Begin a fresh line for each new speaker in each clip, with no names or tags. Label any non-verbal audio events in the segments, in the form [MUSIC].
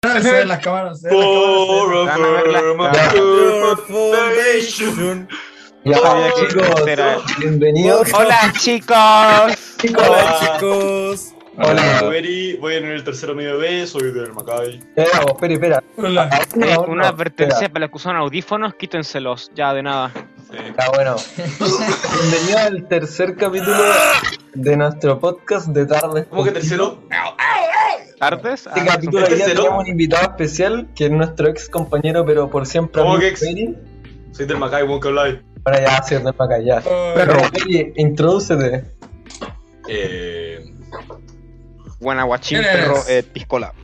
cámaras, se ven las cámaras. se ven las cámaras,
Van a ver las
cámaras.
Your foundation.
Ya sabía que
chicos.
este era-
Bienvenidos.
Hola chicos.
Hola chicos.
Hola.
Soy Beri, voy en el tercero medio B, soy del Maccabi.
Espera, vos, espera, espera.
se ven las cámaras. Hola.
No,
Eh,
no,
una advertencia
espera.
para los que usan audífonos, quítenselos, ya de nada.
Ya, Ah, bueno. Bienvenidos al tercer capítulo de nuestro podcast de tarde.
¿Cómo que tercero?
¿Tardes? Ah,
Este capítulo
¿El
ya
tercero?
tenemos un invitado especial que es nuestro ex compañero, pero por siempre.
¿Cómo
amigo
que ex?
Peri.
Soy del Maccabi, ¿cómo que habláis?
Ahora ya, cierto, para acá, ya.
Pero,
Peri, introdúcete.
Eh,
Buena guachín,
¿Quién eres?
perro, eh, piscola.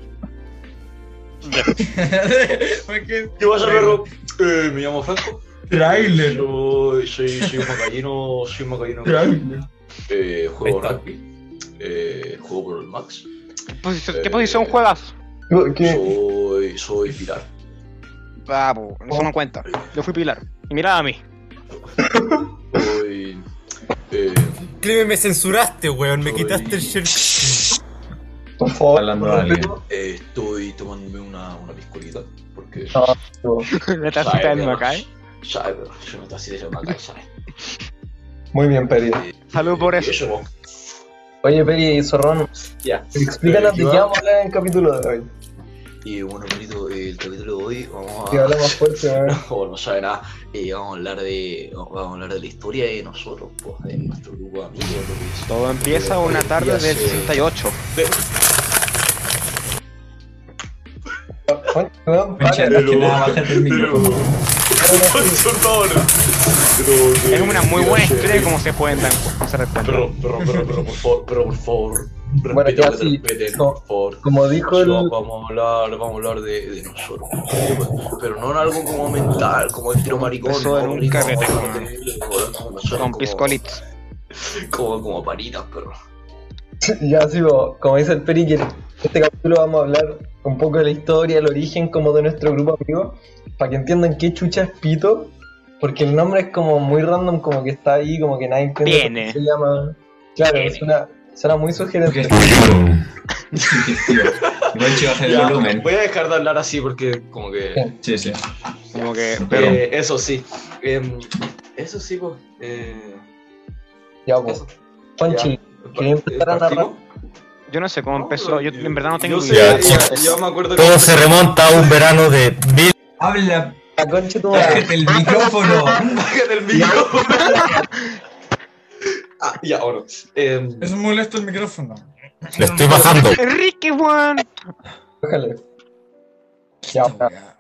¿por qué?
¿Qué pasa, perro? Eh, me llamo Franco.
Trailer.
Yo soy, soy un macallino, soy un macallino.
Trailer.
Eh, juego
Ahí está.
rugby. Eh, juego por el Max.
Posición- ¿Qué
Eh,
posición juegas?
¿Qué?
Soy, soy Pilar.
Bravo, eso
Oh.
no cuenta. Yo fui Pilar. Y mirá a [LAUGHS] mí.
Soy. Eh,
Cleve, me censuraste, weón. Me
Soy-
quitaste el shirt.
Por favor.
Hablando
por
a
respeto.
eh, estoy tomándome una, una piscolita. Porque.
No, no.
La tacita del Macay.
Sabe, pero yo no te así de Macay, ¿sabes?
Muy bien, Peri.
Salud por
Y
eso.
Eso, vos.
Oye, Peri y Zorrón,
Ya.
explícanos de
Eh,
qué vamos a hablar en el capítulo de hoy.
Y bueno, bonito, el capítulo de hoy vamos
Que
a.
hablamos fuerte,
[LAUGHS]
a ver.
o no sabe nada, eh, vamos a hablar de vamos a hablar de la historia de nosotros, pues, de nuestro grupo de amigos, lo que es.
Todo empieza una tarde del 68.
Bueno,
Pinche,
vale.
es que nada más gente el micrófono.
Es una muy buena historia como se cuentan. como se respetan.
Pero, pero, pero, pero, por favor, pero, por favor,
Bueno,
respeten,
ya
que
sí,
respeten,
no.
por favor.
Como dijo el.
Yo- vamos a hablar, vamos a hablar de, de nosotros, pero no en algo como mental, como el tiro maricón,
Eso
no,
en un
no,
carrete,
no,
con-
no, no, no, no, no,
Con
como-
piscolitos.
Como, como paritas, pero
Ya sigo, como dice el Peri, que en este capítulo vamos a hablar un poco de la historia, el origen como de nuestro grupo amigo, para que entiendan qué chucha es Pito, porque el nombre es como muy random, como que está ahí, como que nadie entiende por
Viene.
qué se llama. Claro,
Viene.
suena, suena muy sugerente.
Gochi, baja el
Ya,
volumen.
voy a dejar de hablar así porque como que
Sí, sí.
Como que.
Pero-
Eh, eso sí. Em, eso sí, pues. Eh,
Ya, pues.
eso.
Ponchi, ¿quería empezar a narrar?
¿Partimos?
Yo no sé cómo empezó. Yo en verdad no tengo
Yo sé,
idea.
yo- yo me acuerdo
Todo
[LAUGHS]
se remonta a un verano de mil...
Habla,
la concha de
[LAUGHS]
tu madre.
bájate el micrófono.
Bájate del micrófono. [LAUGHS] ah, ya, bueno. Em,
Es molesto el micrófono.
Le estoy bajando.
Enrique, weón.
Déjale. Ya, ahora.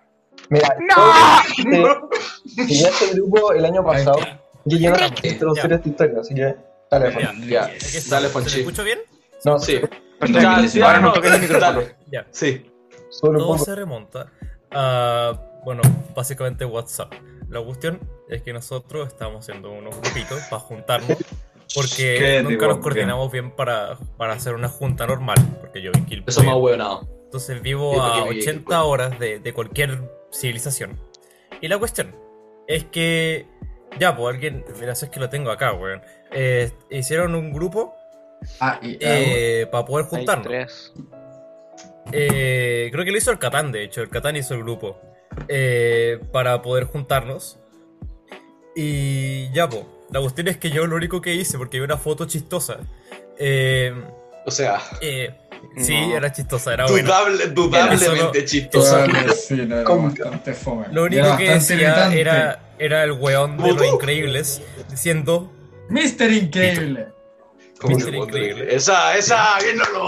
Mira,
¡No!
este- llegué a este grupo el año pasado y yo no introducir esta historia, así que dale, Ponchi.
ya, dale,
¿Se
Panchi.
escucho bien?
No,
Sí.
Pero estoy aquí, ahora no toques el micrófono.
dale.
Ya.
Sí.
solo un
Todo
poco.
se remonta a. Bueno, básicamente WhatsApp. La cuestión es que nosotros estamos haciendo unos grupitos para juntarnos. Porque
Qué
nunca
tipo,
nos coordinamos bien, para, para hacer una junta normal. Porque yo vi que el-
Eso me ha hueonado.
Entonces vivo
Sí,
a
porque vi-
80 horas de, de cualquier civilización. Y la cuestión es que. Ya, pues alguien. Mira, si es que lo tengo acá, weón. Eh, hicieron un grupo
Ah, y-
Eh, para poder
Hay
juntarnos.
tres.
Eh, creo que lo hizo el Catán, de hecho. El Catán hizo el grupo. eh, para poder juntarnos. Y ya, po. La cuestión es que yo lo único que hice, porque vi una foto chistosa. eh,
O sea,
eh, sí,
No.
era chistosa, era buena.
dudable, dudablemente
Solo-
chistosa.
Vale, sí, no, era
¿Cómo?
bastante fome.
eh, Lo único
Era
que
bastante
decía
irritante.
era, era el weón de
Como
los
tú.
increíbles diciendo.
Mister Increíble.
Como
Mister
que puedo
Increíble.
creerle. Esa, esa, viéndolo.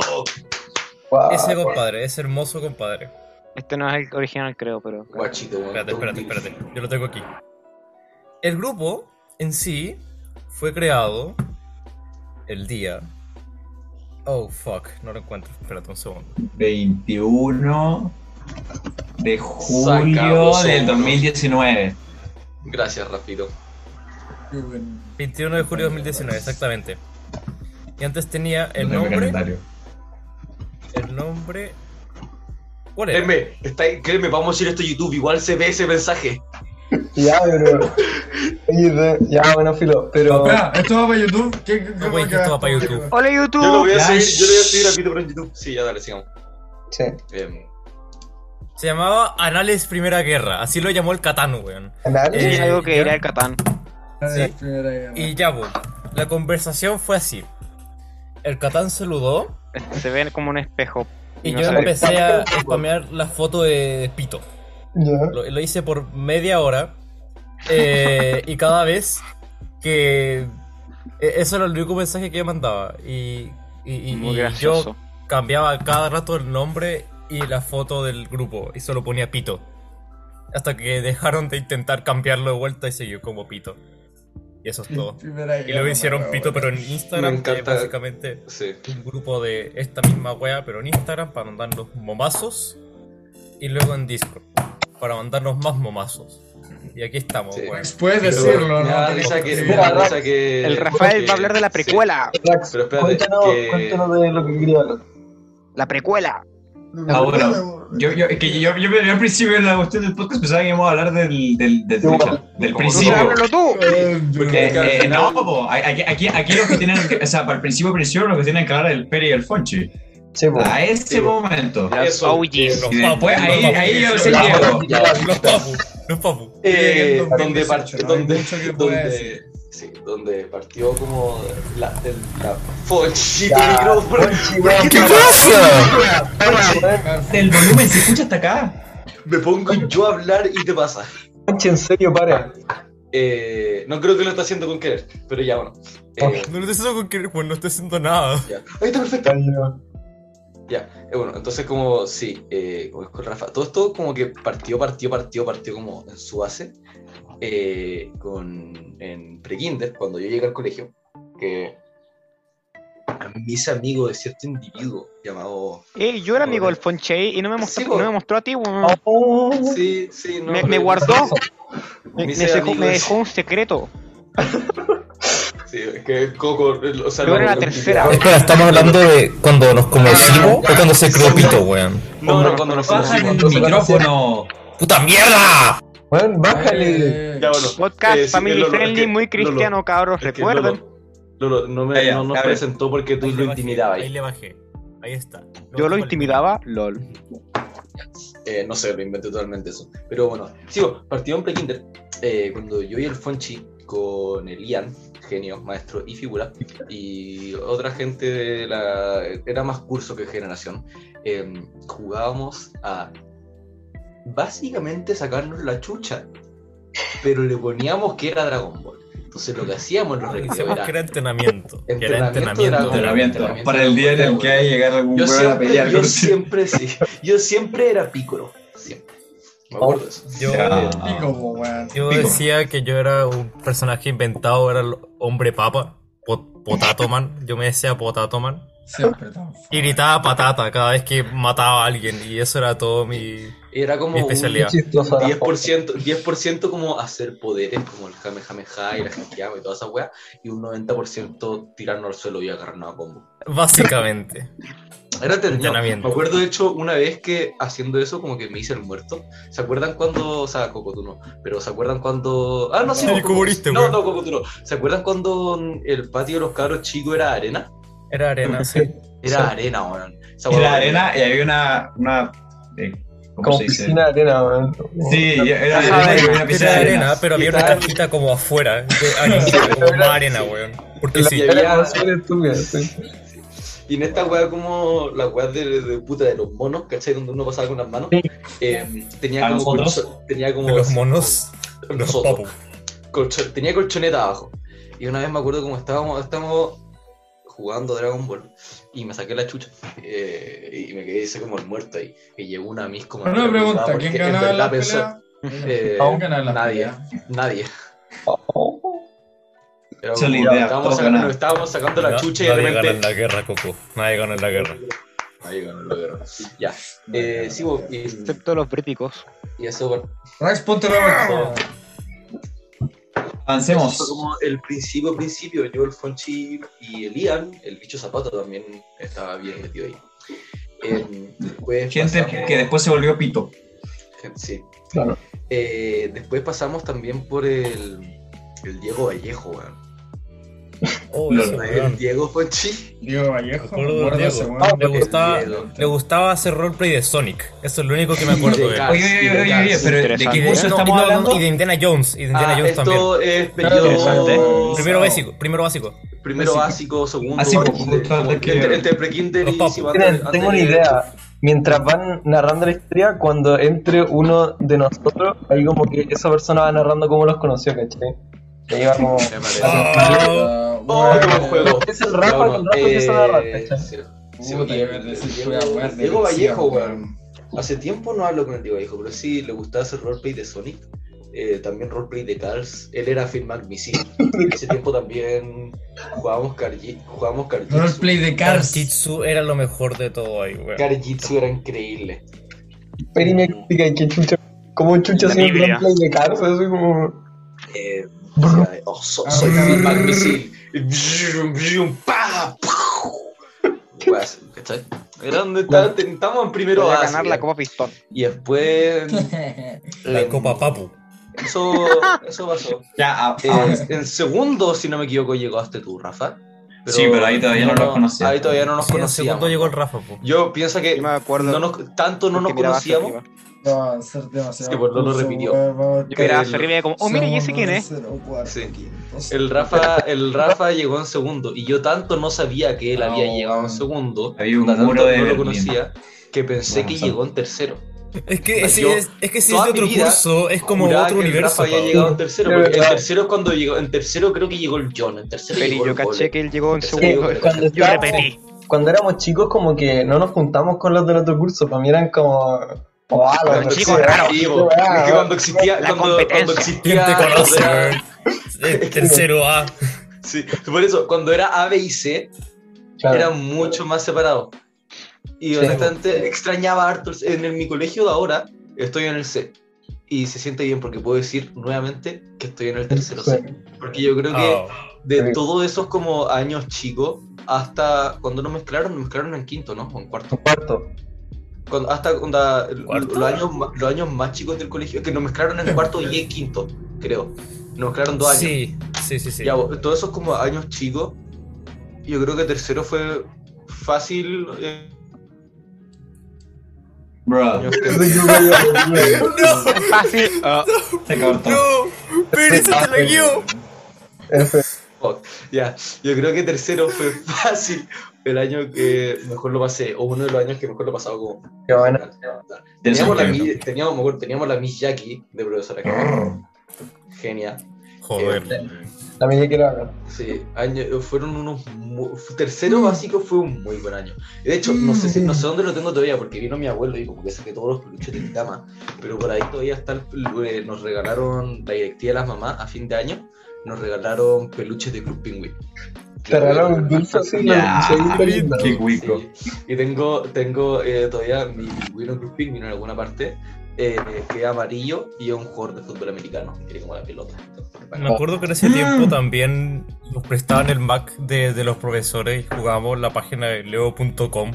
Guau,
Ese
guau.
compadre, ese hermoso compadre.
Este no es el original, creo, pero.
Guachito, bueno,
Espérate, espérate,
todo un
espérate. Yo lo tengo aquí. El grupo en sí fue creado el día. Oh fuck, no lo encuentro. Espérate un segundo.
21 de julio
Sacamos
del
uno.
2019.
Gracias, Rafito.
Qué bueno.
21 de julio de 2019, exactamente. Y antes tenía el
No tengo
nombre.
calendario.
El nombre. ¿Cuál era?
Créeme, está ahí, créeme, vamos a decir esto a YouTube, igual se ve ese mensaje.
Ya, pero. Oye, de- Ya, bueno, filo. Pero.
Espera, Ah, ¿esto va para YouTube? ¿Qué, qué,
No, güey, que esto va para YouTube.
¡Hola,
Yo lo
YouTube!
voy a
Ya,
seguir, yo lo voy a
shh.
seguir a Pito, pero en YouTube. Sí, ya dale, sigamos.
Sí.
Em,
Se llamaba Anales Primera Guerra. Así lo llamó el Catán, weón.
Anales.
Eh,
Sí, algo que
ya.
era el Catán.
Ah,
Sí.
Primera guerra.
Y ya, po, la conversación fue así. El Catán saludó
Se ve como un espejo.
y
No
yo
sé.
empecé a spamear la foto de Pito.
Ya.
Lo, lo hice por media hora. eh, y cada vez que... e- Eso era el único mensaje que yo mandaba. Y, y- y-
Muy
y
gracioso.
yo cambiaba cada rato el nombre y la foto del grupo. Y solo ponía Pito. Hasta que dejaron de intentar cambiarlo de vuelta y siguió como Pito. Y eso es todo.
Primera
Y
guerra,
luego hicieron
weón.
pito, pero en Instagram,
Me
que es
encanta.
básicamente
Sí.
un grupo de esta misma wea, pero en Instagram para mandarnos momazos. Y luego en Discord para mandarnos más momazos. Y aquí estamos,
Sí. [LAUGHS]
weón.
Puedes decirlo,
Me da
¿no?
risa que- me
Mira,
da risa que-
El Rafael
que-
va a hablar de la
sí.
precuela.
Rax,
Pero espérate,
cuéntanos,
que-
cuéntanos de lo que quería hablar.
La precuela.
Ah, bueno. Yo, yo, es que yo, yo, yo al principio en la cuestión del podcast pensaba que íbamos a hablar del, del, del,
Yo-
del
Sí,
principio.
háblalo tú.
Eh,
Porque al
eh,
final-
no, po, aquí, aquí, aquí los que tienen, que- o sea, para el principio, principio, los que tienen que hablar es el Pere y el Fonchi.
Sí, po.
A ese
Sí, po.
momento.
Los
Eso.
OGs.
Y después, ahí, ahí yo sé
Ya,
que.
Los papu, los papu.
Eh,
Llegando
donde
2018,
partió,
no hay
donde,
mucho que pueda
donde,
decir.
sí, donde partió como la, del- la Fonchi
Ya.
del micrófono.
Fonchi, weón,
¿Qué pasa?
El volumen se escucha hasta acá.
Me pongo yo a hablar y te pasa.
Fonchi, en serio, para.
Eh, no creo que lo está haciendo con querer, pero ya bueno. Eh,
No lo estoy con que, bueno, no estoy haciendo nada.
ya. Ahí está perfecto.
Ay, no.
Ya, eh, bueno, entonces como, sí, eh, como dijo Rafa, todo esto como que partió, partió, partió, partió como en su base, eh, con, en pre-kinder, cuando yo llegué al colegio, que a mí hice amigo de cierto individuo llamado...
Ey, yo era amigo del Fonchey y no me mostró,
Sí, Ah, po.
no me mostró a ti. weón.
Oh,
Sí, sí, no.
me,
pero-
me guardó. Me,
Me
me
hice
dejó,
amigo
me
de-
dejó un secreto.
Sí, es que Coco, o sea,
Yo
no-
era la tercera.
Espera, estamos hablando de cuando nos conocimos o cuando se creó Pito, weón.
No, no, cuando nos
Baja el
conocimos.
micrófono.
¡Puta mierda!
Weón, bájale.
Eh,
Ya, bueno.
Podcast
Eh, sí,
family
Lolo, es
friendly,
que-
muy cristiano,
Lolo,
cabros,
es que
recuerden.
Lolo, Lolo, no me
Ah, ya,
no nos
abre.
presentó porque tú
Ahí
lo
le bajé,
intimidabas.
Ahí le bajé. Ahí está.
Yo lo
Luego-
intimidaba, lol.
Eh, no sé, lo inventé totalmente eso. Pero bueno, sigo, partido en pre-kinder. Eh, cuando yo y el Fonchi con el Ian, genio, maestro y figura, y otra gente de la. era más curso que generación, eh, jugábamos a básicamente sacarnos la chucha, pero le poníamos que era Dragon Ball. Entonces lo que hacíamos en los recreos
Decíamos
era.
que era entrenamiento. Que era
Entrenamiento
entrenamiento.
era-
Entrenamiento. Para el día en el que hay llegar algún
Yo
weón a
siempre,
pelear
yo
con
siempre sí. Yo siempre era pícoro. Siempre. Me acuerdo de eso.
Yo-
Ya.
pico, po, weón.
Yo
Pico.
decía que yo era un personaje inventado, era el hombre papa, po- potatoman. Yo me decía potatoman.
Siempre tan
Y gritaba patata cada vez que mataba a alguien. Y eso era todo mi.
Era como
Mi
un
especialidad.
Chistoso.
10%, 10% como hacer poderes como el Kamehameha y la Genkidama y toda esa wea, y un 90% tirarnos al suelo y agarrarnos a combo.
Básicamente.
Era entretenido.
Entrenamiento.
Me acuerdo, de hecho, una vez que haciendo eso, como que me hice el muerto. ¿Se acuerdan cuando.? O sea, Coco, tú no. Pero ¿se acuerdan cuando.? Ah, no, sí,
Sí,
vos, Coco.
cubriste,
No,
weón.
no, Coco, tú no. ¿Se acuerdan cuando el patio de los cabros chicos era arena?
Era arena, sí.
Era arena, weón. Esa
En
wea-
la arena y había una. una eh, ¿Cómo
Como
se dice?
piscina de arena, weón.
Sí,
Ajá,
era arena y había una piscina
Era
de
arena,
arena.
pero había una
Estaba-
cajita como afuera. De arena, como más arena, weón. Porque
La-
sí.
había-
Era súper estúpida, sí.
Y en esta weá como la weá de, de puta de los monos, ¿cachai? Donde uno pasaba con las manos. eh, tenía,
¿A
como
nosotros?
colcho- tenía como...
de Los monos. Los
Nosotros.
papu.
Colcho- tenía colchoneta abajo. Y una vez me acuerdo como estábamos, estábamos jugando Dragon Ball. Y me saqué la chucha. eh, y me quedé ese como el muerto ahí. Y llegó una mis como...
Una pregunta, ¿quién ganaba la pelea?
Eh,
¿Quién ganaba la
nadie,
pelea?
[LAUGHS]
nadie. Era como-
Solidea,
estábamos,
todos
sacando,
ganan.
estábamos sacando la
Na-
chucha y de
Nadie gana en
repente...
la guerra, Coco. Nadie gana en la guerra.
Ahí ganó la guerra. Ya. Eh, sí, vos, y,
Excepto los bríticos.
y eso, bueno.
Rax, ponte la mano.
Eso fue
Avancemos.
como el principio, principio, yo, el Fonchi y el Ian, el bicho zapato también estaba bien metido ahí. Eh, después
Gente
pasamos-
que después se volvió pito.
Gente, sí.
Claro.
Eh, después pasamos también por el, el Diego Vallejo, weón.
Oh,
Lol.
ese
El
weón.
Diego Fonchi.
Diego Vallejo.
Me acuerdo de
Gordo ese
Diego.
weón.
Le gustaba,
Diego.
le gustaba hacer roleplay de Sonic. Eso es lo único que me acuerdo de él.
Cars,
Oye, oye,
y de
oye, oye,
Cars.
pero ¿de
Y
qué
de-
cosa
no,
estamos
y no, no,
hablando?
y de Indiana Jones. Y de Indiana
Ah,
Jones también.
esto es periodo.
Interesante.
Primero básico, primero básico.
Primero básico, segundo.
Así como-
kinder,
justo antes que-
entre, entre pre-kinder
Los
y
papos.
si va
Miren,
antes-
tengo una
antes-
idea. Mientras van narrando la historia, cuando entre uno de nosotros, ahí como que esa persona va narrando cómo los conoció, ¿cachai? Y ahí va como...
Me parece.
Ah,
Ah,
Oh,
weón.
qué buen juego.
Es el Rafa,
Bueno,
el Rafa empieza a narrar, ¿cachai?
eh, sí. Sí,
Puta,
oye,
yo iba a decir,
Diego-
fue a weón,
Diego
decía,
Vallejo, weón. Hace tiempo no hablo con el Diego Vallejo, pero sí le gustaba hacer roleplay de Sonic. eh, también roleplay de Cars. Él era Phil McMissile. Ese tiempo también jugábamos Carji- jugábamos Carjitsu.
Roleplay de Cars.
Kartitsu era lo mejor de todo ahí, weón.
Carjitsu era increíble.
Peri me explica que chucha... Como chucha
La
soy un
Biblia.
gameplay de Cars, así como...
Eh, decía, oh, so- soy
Ah.
Phil McMissile. Y brum, brum, pa, pum. Weas, ¿cachai? Era donde está- estábamos en primero
Voy a
básico,
ganar la Copa Pistón.
Y después.
La
em,
Copa Papu.
Eso, eso pasó.
Ya, ah,
Eh,
ah,
en segundo, si no me equivoco, llegaste tú, Rafa.
Sí, pero ahí todavía no nos conocíamos.
Ahí todavía no nos
Sí, en
conocíamos.
segundo llegó el Rafa, po.
Yo pienso que
Yo me acuerdo.
no nos- tanto no
porque
nos
miraba hacia
conocíamos.
arriba.
No, va a ser demasiado.
Es que por lo lo
curso,
repitió.
weón, vamos a
Yo
Que
miraba
el-
hacia arriba y era como, oh, mira, ¿y ese quién es?
Tercero, cuarto,
Sí.
quinto,
El Rafa, el Rafa llegó en segundo y yo tanto no sabía que él había
No,
llegado en
bueno.
segundo,
Había un
tanto
muro de
no lo
Berlín.
conocía, que pensé
Bueno,
que
sí.
llegó en tercero.
Es que,
Yo-
si es, es que si es
toda
de otro
mi vida
curso, es como
Juraba
otro
que el
universo.
Rafa había
Pablo.
llegado en tercero,
De
porque en
verdad.
tercero es cuando llegó, en tercero creo que llegó el John, en tercero
Pero
llegó
yo
el
caché
Cole.
que él llegó en
Sí,
segundo.
pero
cuando
Yo
estábamos-
repetí.
Cuando éramos chicos, como que no nos juntamos con los del otro curso, para mí eran como... Oh, ah,
Los
los
chicos
sí,
raros.
Sí,
ah,
bo.
ah,
Es que
ah.
cuando existía,
La
cuando,
competencia.
cuando
¿Quién
existía,
te conoce,
cuando era-
weón?
[LAUGHS]
Eh, Tercero A.
Sí, por eso, cuando era A, B y C,
Claro.
eran mucho más separados. Y
Sí.
honestamente, extrañaba harto. el C. En, el- mi colegio de ahora, estoy en el C. Y se siente bien porque puedo decir nuevamente que estoy en el tercero C. Porque yo creo que
Oh.
de todos esos como años chicos, hasta cuando nos mezclaron, nos mezclaron en quinto, ¿no? O en cuarto.
[LAUGHS] Cuarto.
Cuando- hasta cuando-
¿Cuarto?
los, años, ma- los años más chicos del colegio, que nos mezclaron en cuarto y en quinto, creo. Nos mezclaron dos años.
Ah, Sí, sí, sí. sí.
Ya, bo- todos esos como años chicos, yo creo que tercero fue fácil. eh,
bro,
años
[LAUGHS] Soy
que-
un gallo,
¡No!
[LAUGHS] Fácil. Ah,
[LAUGHS]
se cortó.
¡No! ¡Pero se te lo guió!
F.
ya, yo creo que tercero fue fácil el año que mejor lo pasé, o uno de los años que mejor lo he pasado como.
Qué bueno.
Teníamos la,
Del
mi- teníamos, me acuerdo, teníamos la Miss Jackie de profesora. que era Genia.
Ah.
Eh,
Joder.
La mía que era acá.
Sí, año- fueron unos. mu- Tercero básico fue un muy buen año. De hecho, no sé, si- no sé dónde lo tengo todavía, porque vino mi abuelo y como que saqué todos los peluches de mi cama. Pero por ahí todavía está. el pelu- eh, nos regalaron la directiva de las mamás a fin de año. Nos regalaron peluches de Club Penguin.
Te regalaron un dulce así,
Ya,
la dulce linda.
Qué huico.
Sí. Y tengo, tengo eh, todavía mi pingüino Club Penguin en alguna parte. eh, que es amarillo y es un jugador de fútbol americano. Que tiene como la pelota.
Me acuerdo que en ese tiempo también nos prestaban el Mac de, de los profesores y jugábamos la página de leo.com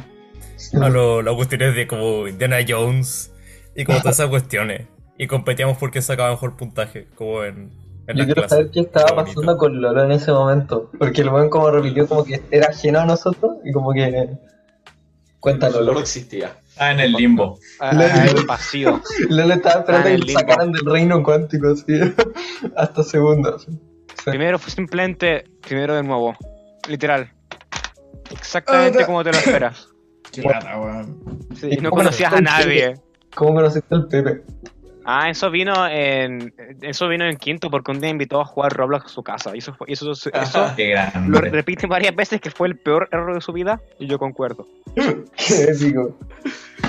a lo- las cuestiones de como Indiana Jones y como todas esas cuestiones. Y competíamos por quién sacaba mejor puntaje, como en, en
Yo
las
quiero
clases.
saber qué estaba
bonito.
pasando con Lolo en ese momento. Porque el buen como repitió como que era ajeno a nosotros y como que... Cuéntalo,
Lolo
Lolo.
existía.
Está en el limbo.
ah, ah, el vacío.
Lolo estaba esperando
Ah,
que
el
lo
limbo.
sacaran del reino cuántico así. [LAUGHS] Hasta segundos.
Primero fue simplemente. Primero de nuevo. Literal.
Ah,
Exactamente como te lo esperas.
Qué lata, weón.
Sí,
¿Y cómo
no
lo
conocías a
escuchaste?
nadie.
¿Cómo conociste al Pepe? [LAUGHS]
Ah, eso vino en. Eso vino en quinto porque un día invitó a jugar Roblox a su casa. Y eso, fue- y eso, eso,
Ah.
eso
Qué
lo
grande.
repite varias veces que fue el peor error de su vida. Y yo concuerdo.
Qué épico.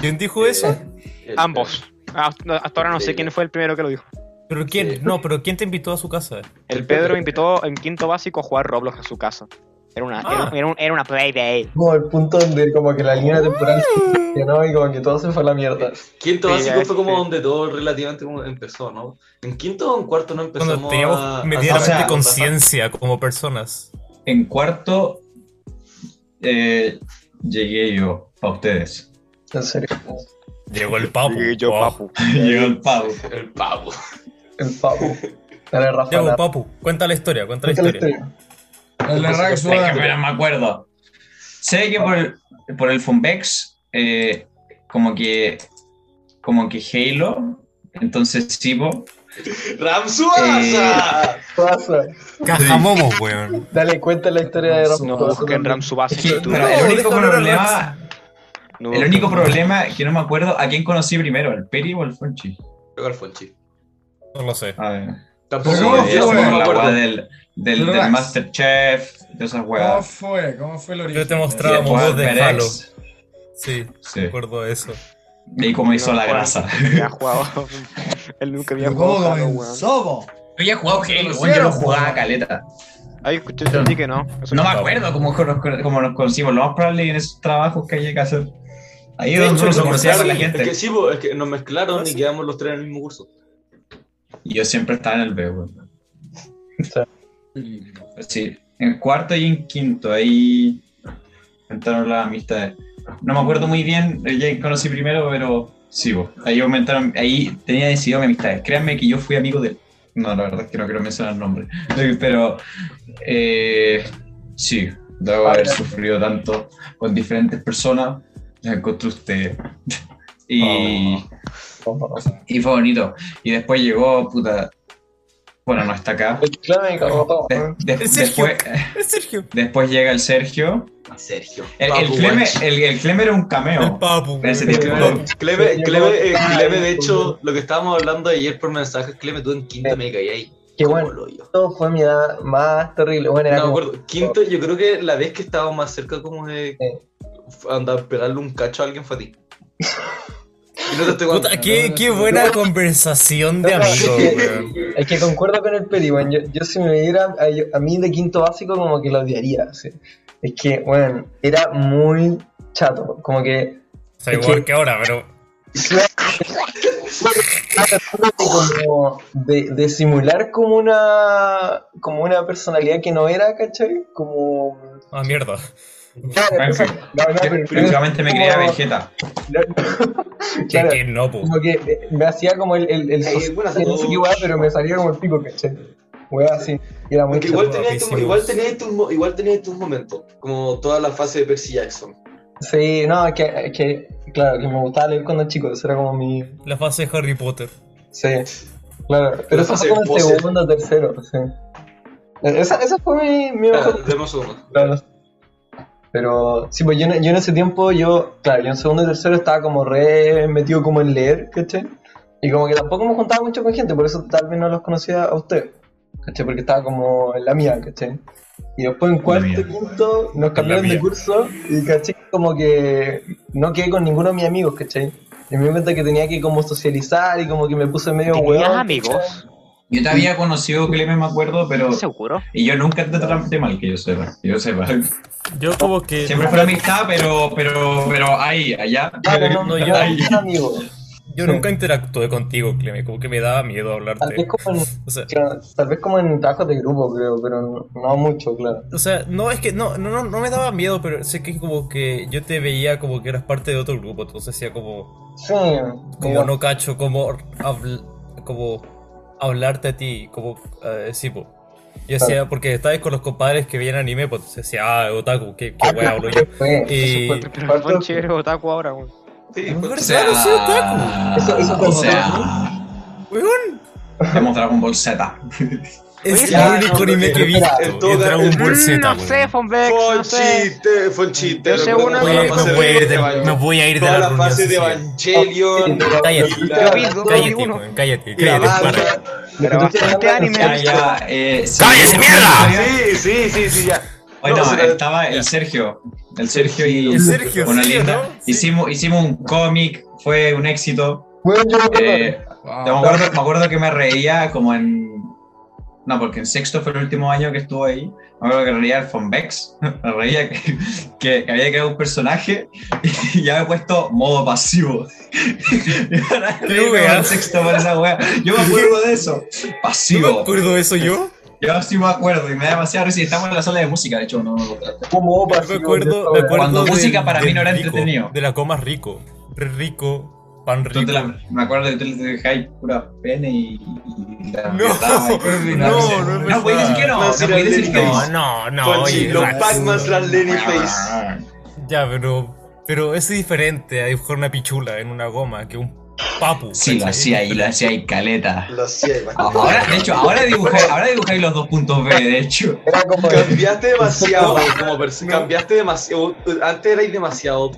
¿Quién dijo eso?
¿Eh? El-
Ambos. Hasta, hasta ahora no sé quién fue el primero que lo dijo.
¿Pero
Sí.
quién? No, pero ¿quién te invitó a su casa?
El Pedro me invitó en quinto básico a jugar Roblox a su casa. Era una,
Ah.
era, un- era un- era una playday.
Como el punto donde como que la línea temporal se funcionó y como que todo se fue a la mierda.
Quinto
Sí,
básico
ya,
fue como
sí.
donde todo relativamente como empezó, ¿no? En quinto o en cuarto no empezamos
Cuando teníamos
a-
medianamente
a saber-
conciencia como personas.
En cuarto eh, llegué yo, para ustedes.
En serio.
Llegó el papu. Oh.
Llegó el pavo.
El pavo. [LAUGHS]
El pavo. Dale, Rafa.
Llegó
la-
el papu. Cuenta la historia, cuenta la
cuéntale
pues, historia.
la historia.
El de Rax
Suda.
Pero me acuerdo. Sé que por el, por el Funbex, eh, como que. Como que Halo. Entonces, sí, po.
¡Ramsuasa!
Suaza.
Cajamomo, weón.
Dale cuenta la historia de Ramón.
No busquen Ram Subasa
Es que,
en YouTube.
pero el único
no era
No
problema. El
busquen.
único problema es que no me acuerdo a quién conocí primero, al Peri o al Fonchi.
Creo que Alfonchi.
No lo sé.
A ver.
Tampoco
Sí,
¿cómo
no,
fue,
esa
no
güey?
fue
me
la
acuerdo.
weá del, del, del
Relax.
Masterchef, de esas
¿Cómo
weas.
fue? ¿Cómo fue el origen?
Yo te
Y
mostraba-
después
Estábamos dos de
Alperex.
Halo. Sí,
Sí.
me acuerdo de eso.
Y cómo hizo
No,
la
Juan.
grasa.
Había jugado. [LAUGHS] Él nunca había
¿Cómo
jugado. Halo, weón.
comenzó, po?
Yo ya he [LAUGHS] jugado
Halo,
Halo,
weón,
yo lo jugaba caleta.
Ay, escuché, entendí que no. Eso
No me
estaba.
acuerdo cómo, nos- cómo nos conocimos. Lo más probable en esos trabajos que haya que hacer. Ahí es
De
donde
hecho,
uno se
lo
conocía con la
conocí.
Es
gente.
pues, que sí, po, es que nos mezclaron y quedamos los tres en el mismo curso.
Y yo siempre estaba en el B, weón.
Peligro.
Pues Sí, en cuarto y en quinto. Ahí aumentaron las amistades. No me acuerdo muy bien, eh, ya conocí primero, pero sí, po. ahí aumentaron, ahí tenía decidido mi amistad. Créanme que yo fui amigo de... No, la verdad es que no quiero mencionar nombres, [LAUGHS] pero eh, sí, debo haber sufrido tanto con diferentes personas, las encontré usted. [LAUGHS] Y, y fue bonito. Y después llegó, puta... Bueno, no
[LAUGHS]
está acá.
Eh,
De- de-
El Sergio.
después,
Es Sergio.
después llega el Sergio.
Ah,
Sergio.
El, el
Papu,
Cleme,
guacho.
el, el Cleme era un
El
cameo.
papu.
En ese
weón.
tiempo.
Cleme, Cleme, eh, Cleme, de hecho, lo que estábamos hablando ayer por mensajes, Cleme, tú en quinto me caí ahí.
Qué
como
bueno.
el hoyo.
Esto fue mi edad más terrible. Bueno, era
No me
como-
acuerdo. Quinto, yo creo que la vez que estaba más cerca como de andar a pelarle un cacho a alguien fue a
[LAUGHS]
ti. Y no te estoy contando.
Puta, qué, qué buena conversación de amigos, weón.
Es que concuerdo con el Peri, weón. Yo, yo si me diera a, yo- a mí de quinto básico, como que lo odiaría. sí. Es que, bueno, era muy chato. Como que.
O sea, igual que ahora, pero.
como de, de simular como una. Como una personalidad que no era, ¿cachai? Como.
Ah, mierda.
Claro,
En fin.
no, no, pero-
Yo Principalmente me creía Vegeta.
Que,
[LAUGHS] Claro.
que no, po.
Como que eh, me hacía como el, el, el
Ey, buenas
no sé qué weá, pero me salía como el pico, ¿cachai? Weá así. Era muy
Porque igual
chato.
tenías, tu- igual, tenías tu- igual tenías tus momentos, como toda la fase de Percy Jackson.
Sí, no, es que, es que, claro, que me gustaba leer cuando chico, eso era como mi.
La fase de Harry Potter.
Sí, claro. Pero eso
fase
fue como el
pose.
segundo, tercero, sí. Eh, Esa, esa fue mi, mi
Ah,
mejor.
demos segundo.
Claro. Pero sí, pues yo, en- yo en ese tiempo, yo, claro, yo en segundo y tercero estaba como re metido como en leer, ¿cachai? Y como que tampoco me juntaba mucho con gente, por eso tal vez no los conocía a ustedes, ¿cachai? Porque estaba como en la mía, ¿cachai? Y después en cuarto y
mía.
quinto nos cambiaron de
mía.
curso y, ¿cachai? Como que no quedé con ninguno de mis amigos, ¿cachai? Y me di cuenta que tenía que como socializar y como que me puse medio
¿Tenías
hueón.
amigos?
Yo te había conocido, Cleme, me acuerdo, pero.
¿Estás seguro?
Y yo nunca te traté mal, que yo sepa. que yo sepa.
Yo como que...
Siempre fue amistad, pero. Pero. Pero ahí, allá.
Claro, no, no,
[LAUGHS]
yo
Ahí.
era amigo.
Yo nunca interactué contigo, Cleme. Como que me daba miedo
Tal vez
hablarte.
como en-
O
[LAUGHS]
sea,
Claro, tal vez como en trabajos de grupo, creo, pero no, no mucho, claro.
O sea, no, es que no, no, no, no me daba miedo, pero sé que como que yo te veía como que eras parte de otro grupo, entonces hacía como,
Sí,
como
digo,
no cacho, como, habl- como hablarte a ti, como eh, sí, po. Yo hacía, porque estabas con los compadres que veían anime, pues entonces decía, ah, otaku, qué, qué wea hablo yo.
fue-
Y.
Pero el Fonchi eres otaku ahora, weón.
Sí,
Es
pues,
verdad,
O sea,
no soy otaku,
Eso- eso
o
pasó.
sea,
weón.
hemos Dragon Ball Z.
Es
ya,
el único
no,
anime
no,
que he
no,
visto.
en todo
es Dragon Ball Z,
No
weón.
sé, Fonbex, no sé.
Fonchi, te- Fonchi, te
Yo sé
recuerdo
una-
toda la
Oye,
fase
me
de-
voy a ir de,
de-
me voy a ir de
toda
la
la
reunión.
fase de
Cecilia.
Evangelion.
Cállate,
Yo vi
dos,
cállate,
uno.
weón, cállate,
y la
cállate,
banda.
para.
Pero
Pero este anime.
Ya, ya, eh, sí.
¡Cállese, mierda!
Sí, sí, sí, sí, ya.
Bueno,
No, o sea,
estaba el Sergio. El Sergio y.
El Sergio,
Bueno,
sí, ¿o
linda.
¿no? Sí.
Hicimos, hicimos un cómic, fue un éxito.
Bueno, yo me
Ah.
acuerdo,
Eh,
Wow.
Me acuerdo, me acuerdo que me reía como en. No, porque en sexto fue el último año que estuve ahí. Me acuerdo que reía el Fonbex. [LAUGHS] Me reía que, que- que había creado un personaje y ya había puesto modo pasivo. [LAUGHS] Y ahora
Qué
reí como
wea.
en sexto por esa wea. Yo me acuerdo de eso.
¿No me
Pasivo.
acuerdo de eso yo?
Yo sí me acuerdo y me da demasiada risa. Y Estamos en la sala de música, de hecho, no me acuerdo.
como opa,
Yo me
así,
acuerdo,
como de
me
esa
acuerdo
Cuando música para mí no era
rico,
entretenido.
De la coma rico. Re rico, pan
Tú te
rico.
la- me acuerdo que tú le dejáis pura pene y, y La
No,
verdad,
[LAUGHS]
güey.
no, no,
no,
no,
podéis decir que no,
no,
no
sí,
podéis decir que
no,
no.
No, no,
Fonchi,
oye,
los
Rax,
Pac-Mans, las Lenny Face.
Ya, pero. Pero eso es diferente a dibujar una pichula en una goma que un papu.
Sí, lo
¿cachai?
hacía ahí, lo hacía ahí, caleta.
Lo hacía
[LAUGHS]
y más.
Ahora, de hecho, ahora dibujáis, ahora dibujáis los dos puntos B, de hecho.
Era como de,
Cambiaste
[LAUGHS]
demasiado como persona. Cambiaste demasiado. Antes erais demasiado.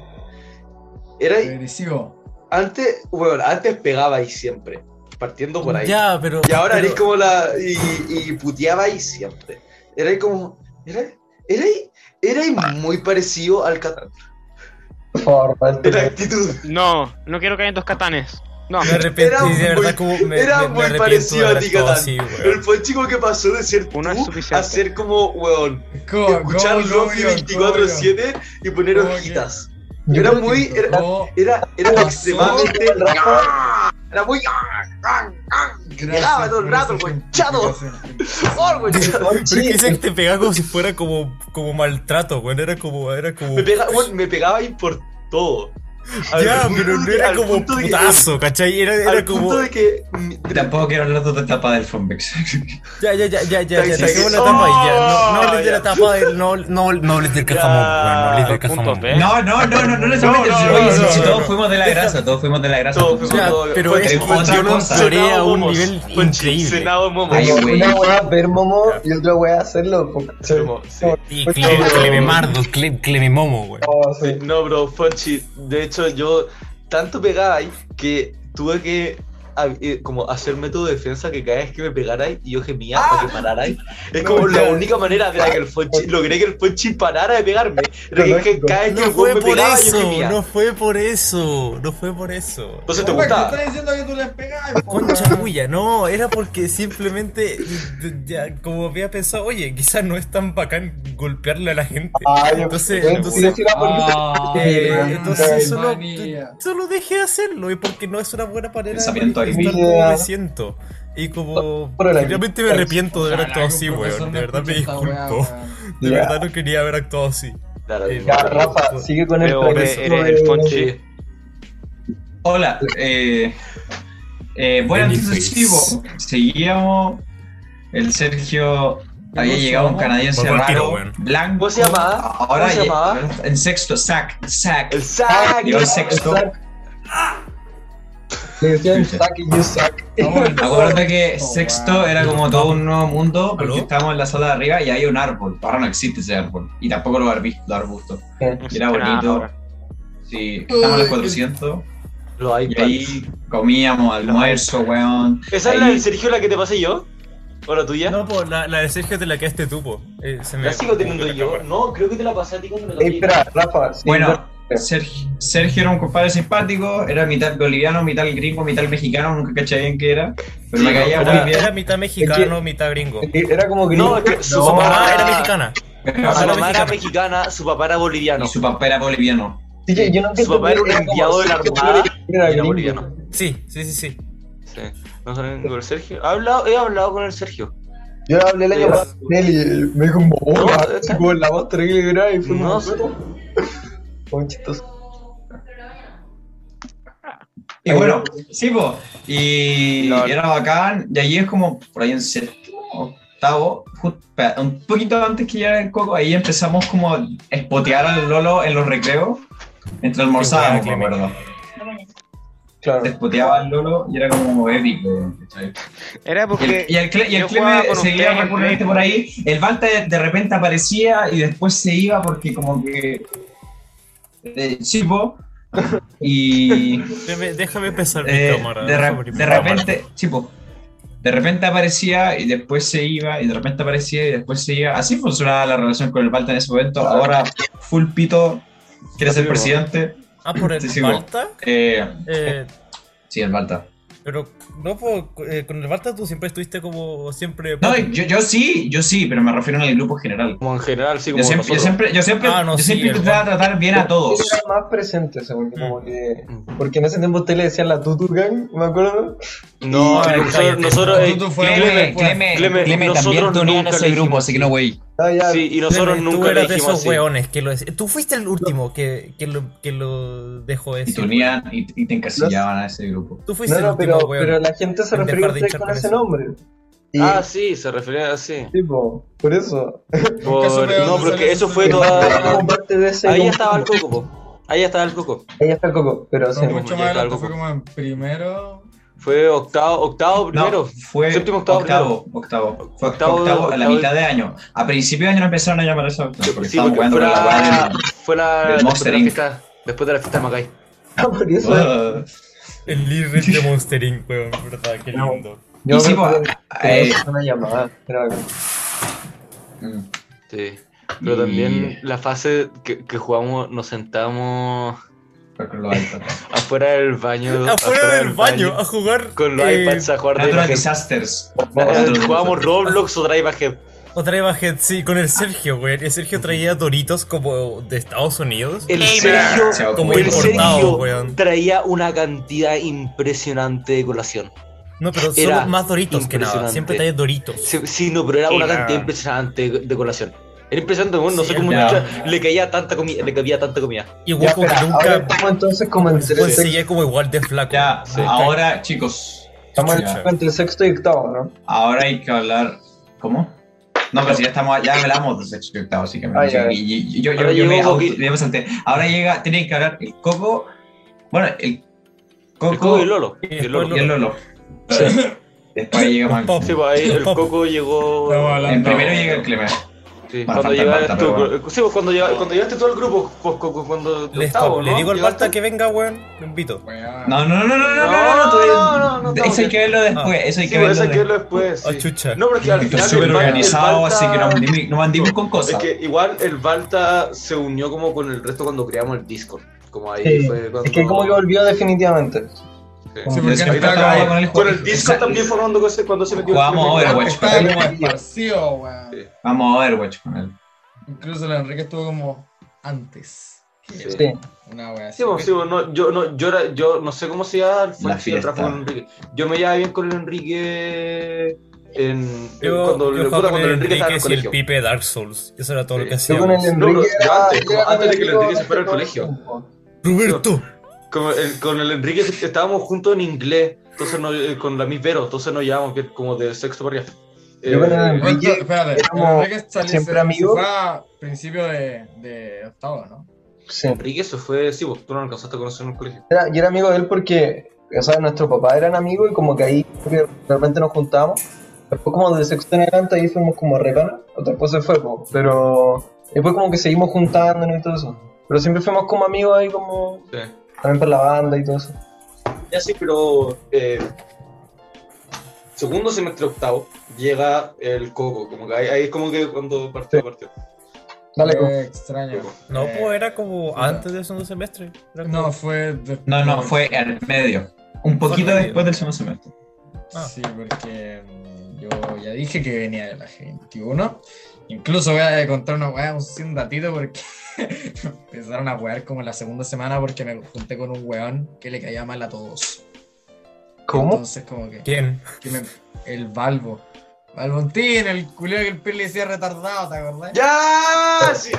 Erais.
Agresivo.
Antes, bueno, antes pegabais siempre. Partiendo por ahí.
Ya, pero.
Y ahora
pero-
erais como la. Y, y puteabais siempre. Erais como. Erais. Erais. Erais muy parecido al Catán.
por favor, Walter,
Era actitud.
No, no quiero que haya dos catanes. No.
Me arrepentí,
Era
de
muy-
verdad, como. Me,
era
me- me
muy
arrepiento
parecido
de
a
haber
ti,
actuado
Catán.
así,
El
[LAUGHS] weón.
fue el chico que pasó de ser tú
Uno es
a
suficiente.
ser como, weón,
¿Cómo-
escuchar
cómo,
Lofi
cómo,
24-7 y poner
¿Cómo que?
hojitas.
Yo
Era
creo que
muy. Era,
cómo?
era, era
Pasó.
extremadamente. Era muy.
Gracias
Llegaba todo el
por
rato, pues,
esa
güey, chado.
simplificación.
¡Oh, güey!
Pero es que ese te pegaba como si fuera como, como maltrato, weón. Era como. Era como
Me, pega- güey, me pegaba ahí por todo. Al
ya,
punto
pero
de
no
que-
era
al
como
punto de que-
putazo, ¿cachai? Era,
Al
era como.
punto de que.
Tampoco quiero hablar de otra etapa del Frombex.
Ya, ya, ya, ya, ya, ya.
Sí, sí,
Saquemos
sí.
la tapa y ya. No,
No, no hables de
ya.
la tapa del. No, no, no hables del cajamón, weón. No hables del
Punto
cajamón.
B.
No, no, no, no, no les
¿Eh? No,
metes.
no,
Oye,
no,
si-
no,
si
no,
todos
no.
fuimos de la grasa, todos fuimos de la grasa.
Todos
todos
Ya,
fuimos-
fuimos- todo-
pero
fue-
es
fue
que
otra
yo lo
cosa.
empeoré a un
Momos.
nivel
Fue
increíble.
Cenado momos.
Ay, güey.
Una weá es ver momo y otra weá es hacerlo. po, ¿cachai?
Sí.
Y Cleme, Cleme Mardo, Cleme, Cleme Momo, weón.
No, oh, sí.
No, bro, Fonchi, de hecho yo tanto pegaba ahí que tuve que a- eh, como hacerme tu defensa que cada vez que me pegarais y yo gemía
Ah.
para
[LAUGHS]
que pararais. Es como la única manera de la que el Fonchi, logré que el Fonchi parara de pegarme. Era que- que
Lógico.
cada vez que
No
el weón
fue
me
por
pegaba yo
eso,
gemía.
no fue por eso, no fue por eso.
Entonces te
Güey,
[LAUGHS]
te
gustaba.
estás diciendo que tú les pegabas. po,
Concha
güey.
tuya, no, era porque simplemente d- ya como había pensado, oye, quizás no es tan bacán golpearle a la gente.
Ah, yo-
Entonces,
yo- yo
entonces,
sí la ponía-
Ah,
eh,
Ay,
entonces solo,
manía.
solo dejé de hacerlo y porque no es una buena manera de
Pensamiento ahí.
manifestar cómo me siento. Y como
Pero la-
realmente me arrepiento de haber
Ojalá
actuado
que
así,
un profesor
weón.
no
De verdad me
escuche esta weá,
disculpo.
güey.
De
Ya.
verdad no quería haber actuado así.
Claro,
Eh,
Ya,
claro.
Rafa, sigue con el
Pero
proceso
eres- eres el Fonchi.
Sí.
Hola, eh, eh, bueno,
Benny
entonces sí,
Face.
bo, seguíamos. El Sergio había llegado un canadiense
Volvió al tiro,
raro,
weón.
blanco.
¿Cómo se llamaba? ¿Cómo
Ahora
se
lle-
llamaba?
en sexto, Zack, Zack.
El sac.
Llegó el sexto.
Zack. Le decían
Escucha.
Zack y yo
[LAUGHS]
Zack.
Vamos,
Acuérdate que
Oh,
sexto
wow.
era como todo un nuevo mundo porque
¿Aló?
estábamos en la sala de arriba y hay un árbol. Ahora no existe ese árbol y tampoco los, arbi- los arbustos.
Eh,
No
Era
existe nada
bonito.
ahora.
Sí, estamos en los 400
Los
y
iPads.
ahí comíamos almuerzo, weón.
¿Esa es
Ahí-
la del Sergio la que te pasé yo? ¿O la tuya?
No, pues la, la de Sergio te la quedaste tú, po. Eh, se me
¿La sigo teniendo yo? No, creo que te la pasé a ti cuando me la
Ey,
di.
espera, Rafa. sí,
Bueno,
pero-
Sergio, Sergio era un compadre simpático, era mitad boliviano, mitad gringo, mitad mexicano, nunca caché bien qué era, pero
Sí,
me caía
Era,
muy bien.
era mitad mexicano, mitad gringo.
Eh, Era como gringo.
No, es que su
Su mamá
papá
era
era
mexicana.
Pero
Su
Ahora
mamá era
mexicano.
mexicana, su papá era boliviano.
Y su papá era boliviano.
Sí, yo- yo nunca
su papá era un
entendí,
enviado de la
como-
Armada
Era
y era
gringo.
boliviano.
Sí, sí, sí, sí.
Sí. No saben con el Sergio. He hablado, he hablado con el Sergio.
Yo hablé el año
Sí.
pasado con él y me dijo un bobo,
No,
así como la voz terrible grave y fue
No
un [LAUGHS]
sé.
chistoso.
Y bueno, sí, po. Y
Claro.
era bacán. Y ahí es como, por ahí en séptimo, octavo, ju- espera, un poquito antes que llegara el coco, ahí empezamos como a espotear al Lolo en los recreos. Entre almorzábamos, me
Qué buena,
acuerdo.
Claro.
Despoteaba al Lolo y era como épico. ¿cachai?
Era
Y el,
porque.
y el Cle- y el
yo jugaba
Cleme
con
seguía
ustedes,
recurrente por ahí. El Balta de, de repente aparecía y después se iba porque como que... eh, sí, po.
[LAUGHS]
Y...
Déjame, déjame empezar mi
Eh,
cámara.
de,
déjame
re-
abrir mi
de
cámara.
repente, tipo, de repente aparecía y después se iba, y de repente aparecía y después se iba. Así funcionaba la relación con el Balta en ese momento. Ahora, full pito, quiere ser presidente.
Ah, por el
Sí, sí,
Balta.
Eh,
Eh,
sí, el Balta.
pero no, po, eh, con el Balta tú siempre estuviste como siempre.
No, yo, yo sí, yo sí, pero me refiero al grupo general.
Como en general, sí, como
Yo siempre, yo
nosotros.
siempre, yo siempre,
Ah, no,
yo
sí,
siempre
el
intentaba tratar bien a todos.
Era más presente, según yo, como
Mm.
que... Porque en ese tiempo usted le decía la Tutu Gang, me acuerdo.
No,
Sí,
nosotros,
cállate.
nosotros, eh,
Tú- tú fue-
Clemen,
Clemen,
Clemen, nosotros nunca le dijimos.
que no, güey.
Ah, ya.
Sí, y nosotros
Tú
nunca le
eras de
dijimos
esos
así.
weones que lo decían. Tú fuiste el último que, que lo, que lo dejó
Y te
eso.
unían y, y te encasillaban a ese grupo.
Tú fuiste
No,
el
no,
último
pero,
weón.
pero la gente se
El de
refiere a
Hard
ustedes
Hitcher
con
con
ese
eso.
nombre. Y,
Ah, sí, se refería así.
tipo, por eso.
Por-
supe dónde
No, porque
salió
eso
ese
fue
video.
toda.
Como parte de ese
ah, Ahí
grupo.
estaba el coco, po. Ahí estaba el coco.
Ahí está el coco, pero sí.
No,
mucho más
ya está
adelante,
algo
fue como en primero.
Fue octavo, octavo primero.
No, fue
Séptimo, octavo,
octavo, octavo, Fue
Octavo,
octavo, a la
octavo.
mitad de año. A principios de año no empezaron a llamar a esa opción, porque
Sí,
estaban
porque
jugando
fue
con la
la,
guardia.
fue la-
del
después de
Monster
la
Inc.
fiesta, después de la fiesta de Macay.
Ah, [LAUGHS] por eso.
[LAUGHS]
Uh.
El líder de Monster Inc, weón, verdad, qué lindo.
Yo
Y sí,
creo
pues,
que-
eh,
que es una llamada. pero-
Mm.
Sí. Pero
Y-
también la fase que, que jugamos, nos sentamos
Fue con los iPads.
afuera del baño.
Afuera del baño, a jugar.
Con los
eh,
iPads a jugar
Natural
Drive
Disasters.
Ahead.
Natural
Jugábamos Roblox o Drive Ahead.
Otra vez bajé, sí, con el Sergio, weón. El Sergio traía doritos como de Estados Unidos.
El
Gamer.
Sergio,
Disasters.
Como
el Sergio
importado, weón.
traía una cantidad impresionante de colación.
No, pero
Era
solo más doritos que nada.
impresionante.
Siempre traía doritos.
Sí, sí, no, pero era una
Era-
cantidad impresionante de colación. Era impresionante, bueno, no
Sí,
sé cómo
era-
mucha- le caía tanta comida, le cabía tanta comida.
Igual como que
Espera, ahora
nunca
estamos entonces como entre
weón,
sexto,
seguía como igual de flaco.
Ya,
Sí.
ahora, chicos,
estamos
chucha.
entre sexto y octavo, ¿no?
ahora hay que hablar. ¿Cómo? No, pero si ya estamos, ya hablamos de sexo y octavo, así que me
Ah, ya.
y, y- y- yo, yo,
Ahora
yo me,
llegó
auto-
Coqui.
yo me salté. Ahora llega, tienen que hablar el coco. Bueno, el coco,
El coco y el Lolo.
Y
y el Lolo.
y el Lolo. [LAUGHS] Después llega
Los
Max.
pop.
Sí,
[LAUGHS]
pues ahí el coco llegó.
Estamos hablando-
En primero llega el Clemente.
Sí, cuando
Bueno, falta el
llegaste
Balta,
tú,
pero bueno.
sí, pues cuando, llega- cuando llegaste tú al grupo, pues Coco, cuando
Le,
octavo,
le
¿no?
digo al
¿Llegaste?
Basta que venga, weón. Lo invito.
Weón.
No, no, no, no, no,
No,
no, no, no,
no, no,
todavía-
no,
Eso hay
no.
que verlo después, eso hay
Sí,
que
pues
verlo
hay que verlo
después.
después.
Ah,
sí.
chucha.
No, porque al
Está
final.
súper
el Bal- el
organizado,
Balta-
así que no mandimos- no mandimos con
Es
cosas.
que igual el Balta se unió como con el resto cuando creamos el Discord. Como ahí
Sí,
fue cuando.
Es que como que volvió definitivamente.
Sí,
Yo
porque
siempre
estaba
estaba
como-
con el
eh, Con
juego.
el Discord también fue cuando, se- cuando se metió el
Jugamos
primer-
Overwatch.
Estaba como esparcido, weón.
Sí.
Vamos a Overwatch con él.
Incluso la Enrique estuvo como antes.
Sí.
Sí.
Una wea así.
Sí, pues, sí, pues, no, yo, no, yo, era- yo no sé cómo se llama
La
fue si lo trajo
fiesta.
con Enrique. Yo me llevaba bien con el Enrique en,
Yo,
eh, cuando,
yo
puta,
jugaba con
cuando
el
el Enrique
Enrique y
estaba en el
el
colegio.
Pipe Dark Souls. Eso era todo
Sí.
lo que
Yo con el
hacíamos.
Enrique
No, pero
era-
antes, como
era
antes de que el
amigo
Enrique se fuera al
hace
colegio.
tiempo.
Roberto.
Con el, con el Enrique estábamos juntos en inglés, entonces no- eh, con la Miss Vero, entonces nos llevamos que como de sexto para arriba.
Yo con el
Eh,
Bueno,
Enrique
espérate,
éramos
el Enrique salió-
siempre
se- se
amigos.
Fue a principio de, de octavo, ¿no?
Sí.
Enrique, eso fue, sí, vos, tú no lo alcanzaste a conocer en el colegio.
Era- yo era amigo de él porque, o sea, nuestro papá eran amigos y como que ahí creo que realmente nos juntábamos. Después como de sexto en adelante ahí fuimos como repanas, después se fue, po, pero después como que seguimos juntándonos y todo eso. Pero siempre fuimos como amigos ahí como
Sí.
también por la banda y todo eso.
Ya sí, pero eh, segundo semestre octavo llega el Coco, como que ahí, ahí es como que cuando partió, partió.
Dale,
Fue extraño.
No,
Eh,
pues era como
puta.
antes del segundo semestre. Era como-
No, fue. de-
No, no, fue al medio. Un poquito
medio.
después del segundo semestre.
Ah.
Sí, porque mm, yo ya dije que venía de la 21. Incluso voy a contar una weá, un sin datito, porque [LAUGHS] empezaron a wear como la segunda semana porque me junté con un weón que le caía mal a todos.
¿Cómo?
Entonces, como que.
¿Quién?
que me- el Balbo. Balbontín, el culero que el peli decía retardado, ¿te acordás?
¡Ya! Sí.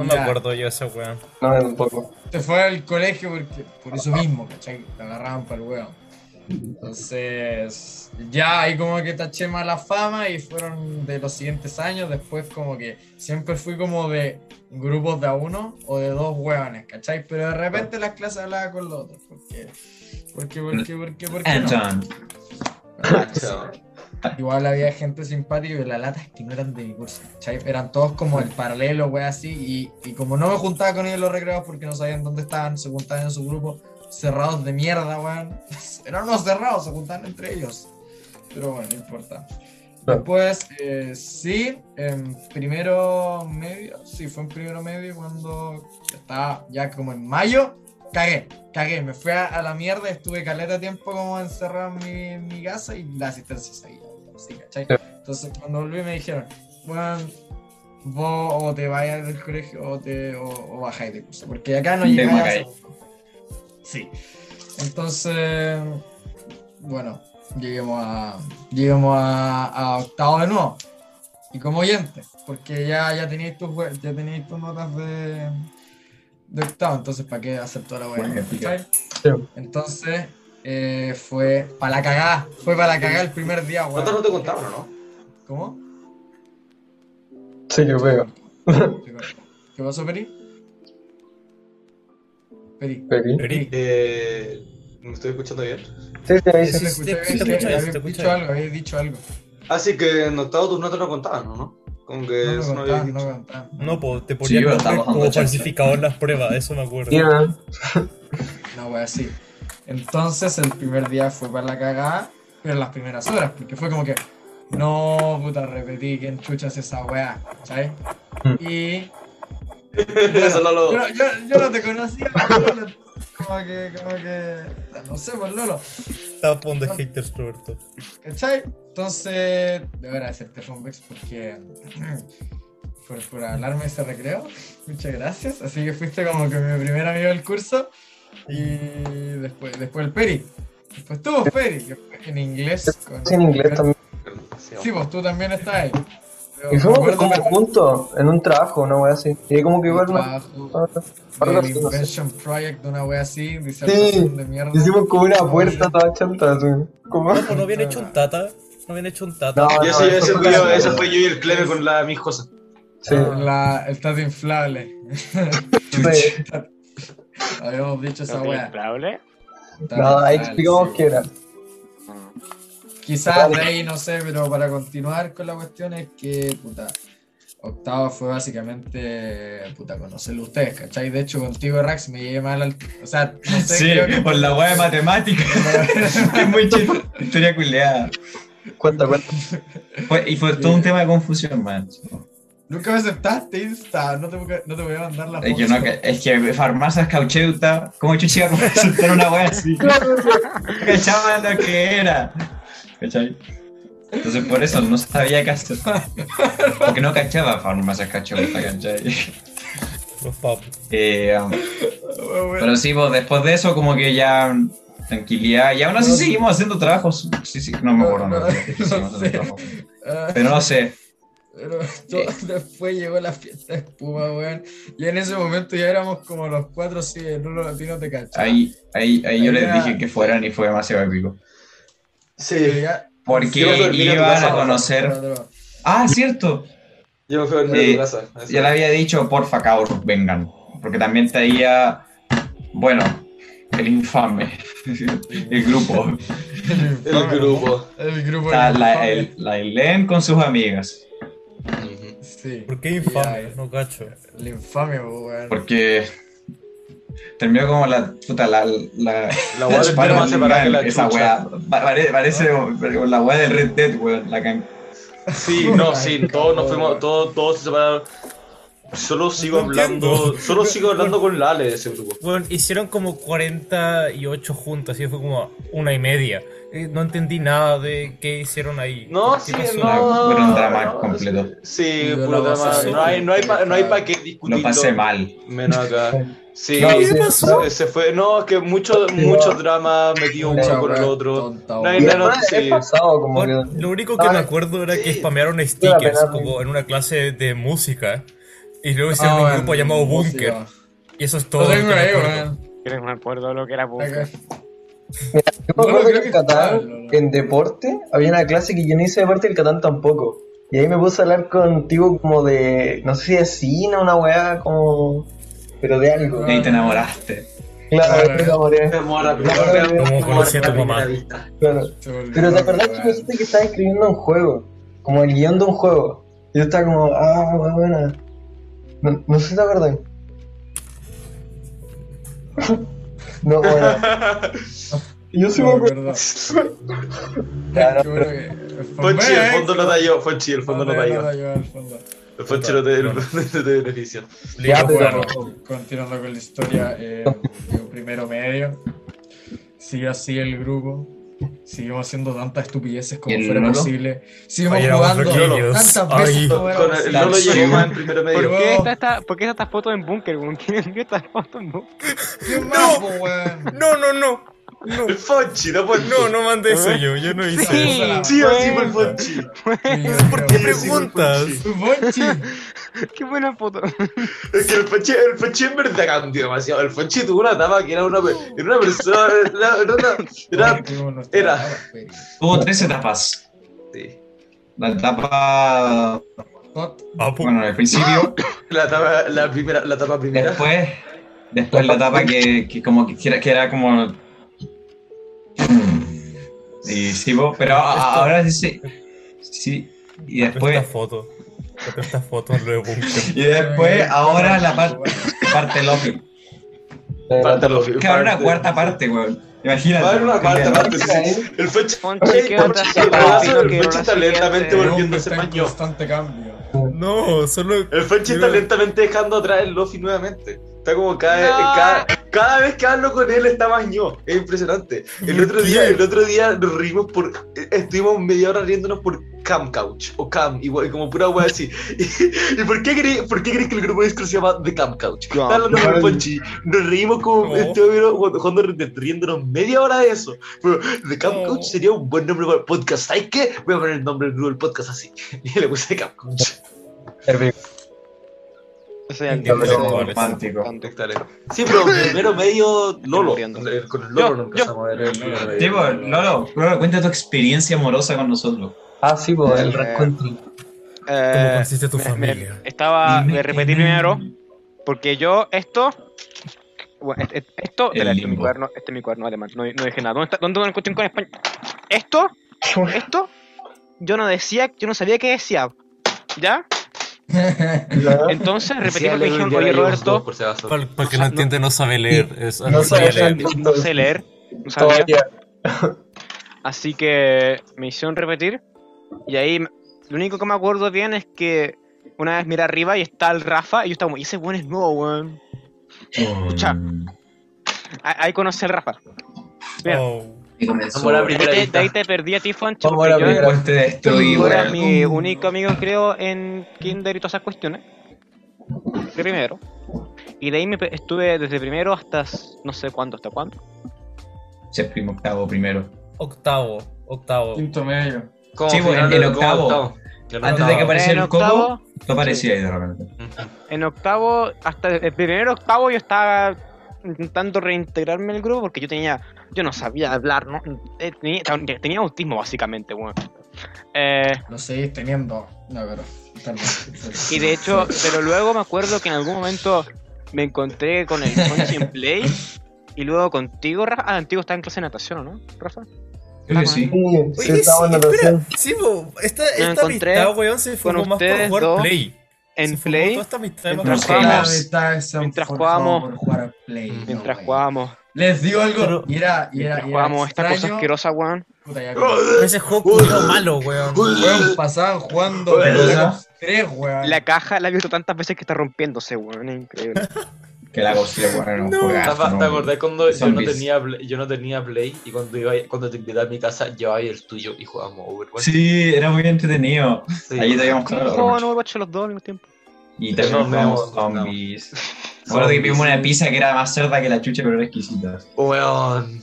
No me
Ya.
acuerdo yo ese weón.
No, un poco.
te fue al colegio porque, por eso mismo, ¿cachai? Te agarraban para el huevo. Entonces, ya ahí como que taché mala fama y fueron de los siguientes años. Después, como que siempre fui como de grupos de a uno o de dos hueones, ¿cachai? Pero de repente las clases hablaba con los otros. Porque, porque, porque, porque, porque. no.
Anton.
Igual había gente simpática y la lata es que no eran de mi curso, ¿cachai? Eran todos como el paralelo, wey, así. Y, y como no me juntaba con ellos en los recreos porque no sabían dónde estaban, se juntaban en su grupo, cerrados de mierda, weón. [LAUGHS] Eran unos cerrados, se juntaban entre ellos. Pero bueno, no importa.
Claro.
Después, eh, sí, en primero medio, sí, fue en primero medio cuando estaba ya como en mayo, cagué, cagué, me fui a, a la mierda, estuve caleta tiempo como encerrado en mi, mi casa y la asistencia seguía. sí, ¿cachai?
Sí.
Entonces cuando volví me dijeron, bueno, vos o te vayas del colegio o, te, o, o bajáis de curso, porque acá no
Ven,
llegáis a
Macay.
segundo". Sí. Entonces, bueno, lleguemos a, lleguemos a, a octavo de nuevo. y como oyente, porque ya, ya tenéis tus we- ya tenéis tus notas de, de octavo, entonces ¿para qué hacer toda la
Bueno,
wea? ¿cachai?
Sí.
Entonces eh, fue para la cagada, fue para la cagada el primer día, weón.
¿Cuántos no te contaron, no?
¿Cómo?
Sí, yo veo.
¿Qué pasó, Peri? Peri.
Peri.
Peri.
Eh, ¿Me estoy escuchando bien?
Sí, sí, ahí
Sí,
sí.
sí,
te escuché,
sí, te
bien,
escuché,
habías
sí, te escuché.
dicho algo, habías dicho algo.
Así Ah, que en octavo tus notas no contaban, ¿o ¿no? Como que
No, no
eso no había
contaban, no
dicho.
contaban.
No, po, te
Sí,
ponían
pero
nombre
estamos dando
como
chance.
falsificador las pruebas, eso me acuerdo.
Sí, weón.
Una wea así. Entonces el primer día fue para la cagada, pero las primeras horas, porque fue como que, no, puta, repetí, ¿quién chucha es esa wea? ¿Sabes?
Mm.
Y.
[LAUGHS] Eso no lo.
Yo, yo, yo no te conocía, [LAUGHS] pues, Lolo, entonces como que, como que. No sé, pues Lolo,
Estaba poniendo haters, Roberto.
¿cachai? Entonces, debo agradecerte, Fombex, porque. [CLEARS THROAT] Por, por hablarme ese recreo, [LAUGHS] muchas gracias. Así que fuiste como que mi primer amigo del curso. Y después, después el Peri. Después tú, Peri, que fue en inglés. con-
Sí, en inglés también.
Sí, pues tú también estás ahí. Pero
Y
me
fuimos
acuerdo
como
perfecto
juntos en un trabajo, una wea así. Y como que
del
igual Ah, me-
trabajo,
algo
del
así, no sé.
Invention Project, de una wea así, disertación de mierda.
Hicimos como una puerta toda chanta, así. Como...
No, po, no habían hecho un tata. No habían hecho un tata.
No,
Y eso
eso
ya ese
fue
fue yo,
casi-
ese fue yo y el Cleve con la, mis cosas.
Sí,
Ah, La, el tato inflable.
sí.
Habíamos dicho esa
¿Lo
wea.
inflable?
Tato
No,
inflable,
ahí explicamos
sí.
qué era.
Quizás de ahí, no sé, pero para continuar con la cuestión es que, puta, octavo fue básicamente, puta, conocerlo ustedes, ¿cachai? De hecho, contigo, Rax, me llevé mal al... O sea, no sé,
Sí,
creo que...
por la weá de [LAUGHS] matemáticas. que es muy chistosa. Historia culeada.
Cuenta, cuenta.
Fue- y fue todo un tema de confusión, man.
Nunca me aceptaste, Insta, no te, voy- no te voy a mandar la
Es que,
[LAUGHS]
no,
foto.
que- es que farmacias caucheuta, ¿cómo chucha iba a aceptar una weá [LAUGHS] así? Cachaba lo que era. ¿Cachai? Entonces por eso no sabía qué hacer. Porque no cachaba farmacias caucheuta, ¿cachai? [LAUGHS]
Los papos.
Eh, um, pero sí, pues, después de eso como que ya um, tranquilidad. Y aún así
No,
seguimos haciendo trabajos. Sí, sí, no me acuerdo.
No,
No,
no, no sé. Ah,
Pero no sé.
pero
Eh.
yo- después llegó la fiesta de espuma, weón. Y en ese momento ya éramos como los cuatro, sí, el uno latino te cachaba.
Ahí, ahí, ahí
Ahí
yo les
era-
dije que fueran y fue demasiado épico.
Pero
Sí,
ya-
Sí, vamos a
Porque
dormir en tu
iban
casa,
a conocer.
Pero-
[LAUGHS] Ah, cierto.
yo me fui a dormir
Sí,
a mi casa. Eso.
Ya le había dicho, porfa, cabros, vengan. Porque también traía, bueno, el infame, [LAUGHS] el grupo.
El grupo.
El grupo.
La,
de
la,
Juan.
el- la Elen con sus amigas.
Ujú.
Sí.
¿Por qué
Ya,
infame?
el-
No cacho.
El infame, weón.
Porque terminó como la puta, la. La,
La weá del tema
Spider-Man
se para que la
esa
chucha.
weá. Pa- pare- Parece como la weá del Red Dead, weón. La can...
Sí, no, sí, todos nos fuimos, todos, todos se separaron. Solo sigo
No
hablando,
entiendo.
solo sigo hablando con Lale de ese grupo.
Bueno, hicieron como 48 juntas y fue como una y media. Eh, No entendí nada de qué hicieron ahí.
No,
Sí,
sí,
pasó
no.
una- pero un drama
no,
completo.
Sí,
Yo
puro
la
drama.
pasé
No hay, no hay, pa- no hay
súper
para qué
Lo
discutirlo.
pasé mal.
Menos acá. Sí,
No, ¿Qué
se-
pasó?
Se, fue. No, es que mucho, mucho drama metido
Mucha
uno con el
weá
otro.
tonta,
No
weón. Ah,
hay
Y
nada, no,
además,
sí.
es pasado como que...
Bueno, lo único que
Ah,
me acuerdo era que spamearon
Iba
stickers
a pegar,
como en una clase de música y luego
Ah,
hicieron un
weón,
grupo llamado
música.
Bunker y eso es todo.
Lo
lo
tengo
que me
ahí,
acuerdo.
weón.
Que no me acuerdo de lo que era Bunker.
Yo me
No,
acuerdo
creo
que
que
en Catán,
está, Lola.
en deporte, había una clase que yo no hice deporte y el Catán tampoco. Y ahí me puse a hablar contigo como de, no sé si de cine, una weá como... Pero de algo.
Y ahí te enamoraste.
Claro,
Claro.
me enamoré,
Demora,
Claro.
demora,
Como conocí a tu
demora,
mamá.
vista.
claro.
Se volvió
Pero te
loco,
acordás que
weón.
me dijiste que estaba escribiendo un juego, como el guión de un juego. Y yo estaba como, ah, weá buena. No, no sé si te acordás. [LAUGHS] no, bueno. Yo sí me
No,
acuerdo.
verdad.
Ya,
Qué bueno que-
Fonchi, el
Fonbex.
fondo no talló. Fonchi, el fondo no
No, no
talló.
talló, el fondo.
El Fonchi no te el fondo [LAUGHS] no te beneficia.
Ya, pero-
Bueno, continuando con la historia, eh, yo primero medio, siguió así el grupo, seguimos haciendo tantas estupideces como
¿Y el
fuera
Lolo?
posible, seguimos
Ay, éramos
jugando
pequeños.
tantas
Ay.
veces como
Con
éramos
el,
Claro,
no lo
sí.
llegó más en primero
Por
medio.
favor.
¿Por qué
No.
está esta, ¿Por qué está esta [LAUGHS] foto en Bunker? weón? ¿Quién envió esta foto en Bunker?
¿Qué más, po, weón?
No, no, no. No,
El Fonchi, no Fonchi.
No, no mandé eso yo, yo no hice
Sí,
eso.
Sí o sí fue el
bueno.
Fonchi.
¿Por pues, qué
Sí, sí, fue el
preguntas?
Fonchi.
Fonchi.
Qué buena foto.
Es que el Fonchi, el Fonchi en verdad cambió demasiado. El Fonchi tuvo una etapa que era una, pe- era una persona. Era. Era. era, era-
Tuvimos nuestra
era.
etapa, pero-
Tuvo tres etapas.
sí.
La etapa,
Tot,
Papu.
bueno,
[LAUGHS]
al principio,
La etapa, la primera, la etapa primera.
después, después la etapa que, que como que era, que
[LAUGHS]
era como... Y sí, po, pero a- a- ahora sí, sí, sí. Y
Esta
después,
foto. Esta foto lo de Bunker.
y después, ahora la parte, parte Loki.
Parte de los-
Que ahora una
parte-
cuarta parte, weón.
Va a haber
Imagínate.
una cuarta parte. sí. El Fonchi.
Fonchi, ¿qué onda?
El Fonchi
Rápido, que
el Fonchi
la
está lentamente
siguiente.
hombre,
volviéndose
está en
maño.
constante cambio.
No, solo.
El Fonchi está lentamente dejando atrás el Luffy nuevamente. Está como cada,
No.
cada, cada vez que hablo con él está más ño. Es impresionante. El otro día, el otro día nos rimos por. eh, Estuvimos media hora riéndonos por Cam Couch. O Cam, igual, como pura wea así. [LAUGHS] ¿Y, por qué crees por qué crees que el grupo de disco se llama The Cam Couch?
Cam.
Está hablando con el Fonchi. Nos reímos como
No.
estuvimos jugando riéndonos media hora de eso. Pero The Cam Couch sería un buen nombre para el podcast. ¿Sabes qué? Voy a poner el nombre del grupo del podcast así. [LAUGHS] Y le puse Cam Couch.
Eso ya
Entiendo,
entiendo.
pero-
romántico.
Tanto.
Sí, [LAUGHS] pero primero medio Lolo.
muriendo.
Eh, Con el Lolo
Yo,
no empezamos a ver el primero medio.
Tipo, pues, Lolo, Lolo, cuenta tu experiencia amorosa con nosotros.
Ah, sí, po, el
Eh,
reencuentro.
¿Cómo
Eh,
consiste tu
me-
familia?
me- estaba,
Dime
me repetí
que no.
primero, porque yo esto... Bueno, et- et- esto,
El
espera, este, es mi
limbo.
cuaderno, este es mi cuaderno alemán, no, no dije nada. ¿Dónde está, dónde una cuestión con español? Esto, esto, yo no decía, yo no sabía qué decía, ¿ya?
Ah.
Entonces repetí lo que dijeron, oye Roberto,
Por si acaso.
Para que no entiende, no sabe leer. Es,
No sabía
leer.
leer.
no sé leer, no sabía.
Todavía.
Así que me hicieron repetir. Y ahí m- lo único que me acuerdo bien es que una vez miré arriba y está el Rafa. Y yo estaba como, "Y ese weón es nuevo, weón. Escucha.
Em.
A- Ahí conocí al Rafa. Mira,
Oh.
Y comenzó.
Amor a
de,
primera
ahí te,
vista.
de ahí te perdí a ti, Foncho.
Vamos
porque
a la
yo-
primera.
Después te destruí,
tú eras
weón.
mi único amigo, creo, en Kinder y todas esas cuestiones. De primero. Y de ahí me pe- estuve desde primero hasta s- no sé cuándo, hasta cuándo.
Se primo octavo primero.
Octavo, octavo.
Quinto medio.
¿Cómo,
Sí,
Fernando?
bueno, el
¿Cómo
octavo.
El
Antes de
octavo.
que apareciera
En
el
octavo,
coco, tú aparecías ahí de repente.
En octavo, hasta el primero octavo yo estaba intentando reintegrarme en el grupo porque yo tenía, yo no sabía hablar, no, eh, tenía, tenía autismo básicamente, weón. Eh,
Lo seguís teniendo. No, pero. tal vez.
y de hecho, pero luego me acuerdo que en algún momento me encontré con el Conchi en Play y luego contigo, Rafa. Ah, contigo está en clase de natación, ¿o ¿no, Rafa?
Creo que
Sí,
sí.
sí,
Oye, sí,
estaba en la
espera, Ah,
relación.
sí, bo, esta, esta
encontré
amistad, weón, se
con
formó más por
ustedes
jugar
dos
Play.
En
Se formó
Play,
toda esta amistad más
Mientras jugábamos-
mientras
por jugar Play.
por
jugábamos-
favor, jugar a Play, no,
mientras
güey.
jugábamos,
Les digo algo.
Pero-
y era, y era,
mientras
y era
jugábamos esta cosa
extraño.
asquerosa, weón.
Puta, ya,
Ese juego culiao malo, weón.
Weón, pasaban jugando
Weón.
Black Ops 3, weón.
La caja la he visto tantas veces que está rompiéndose, weón, es
[LAUGHS]
increíble.
Que la costilla, weón, era un
Rafa,
juegazo.
¿Te
no,
acordás cuando yo no,
Zombies.
tenía play, yo no tenía Play y cuando, iba, cuando te invitaba a mi casa llevaba el tuyo y jugábamos Overwatch?
Sí, era muy entretenido.
Sí.
Allí te habíamos
¿Cómo
claro.
jugaban Overwatch los dos al mismo tiempo?
Y
Eso
también
no,
jugamos
no.
zombies. Me acuerdo que pedimos una pizza que era más cerda que la chucha, pero era exquisita.
Weón.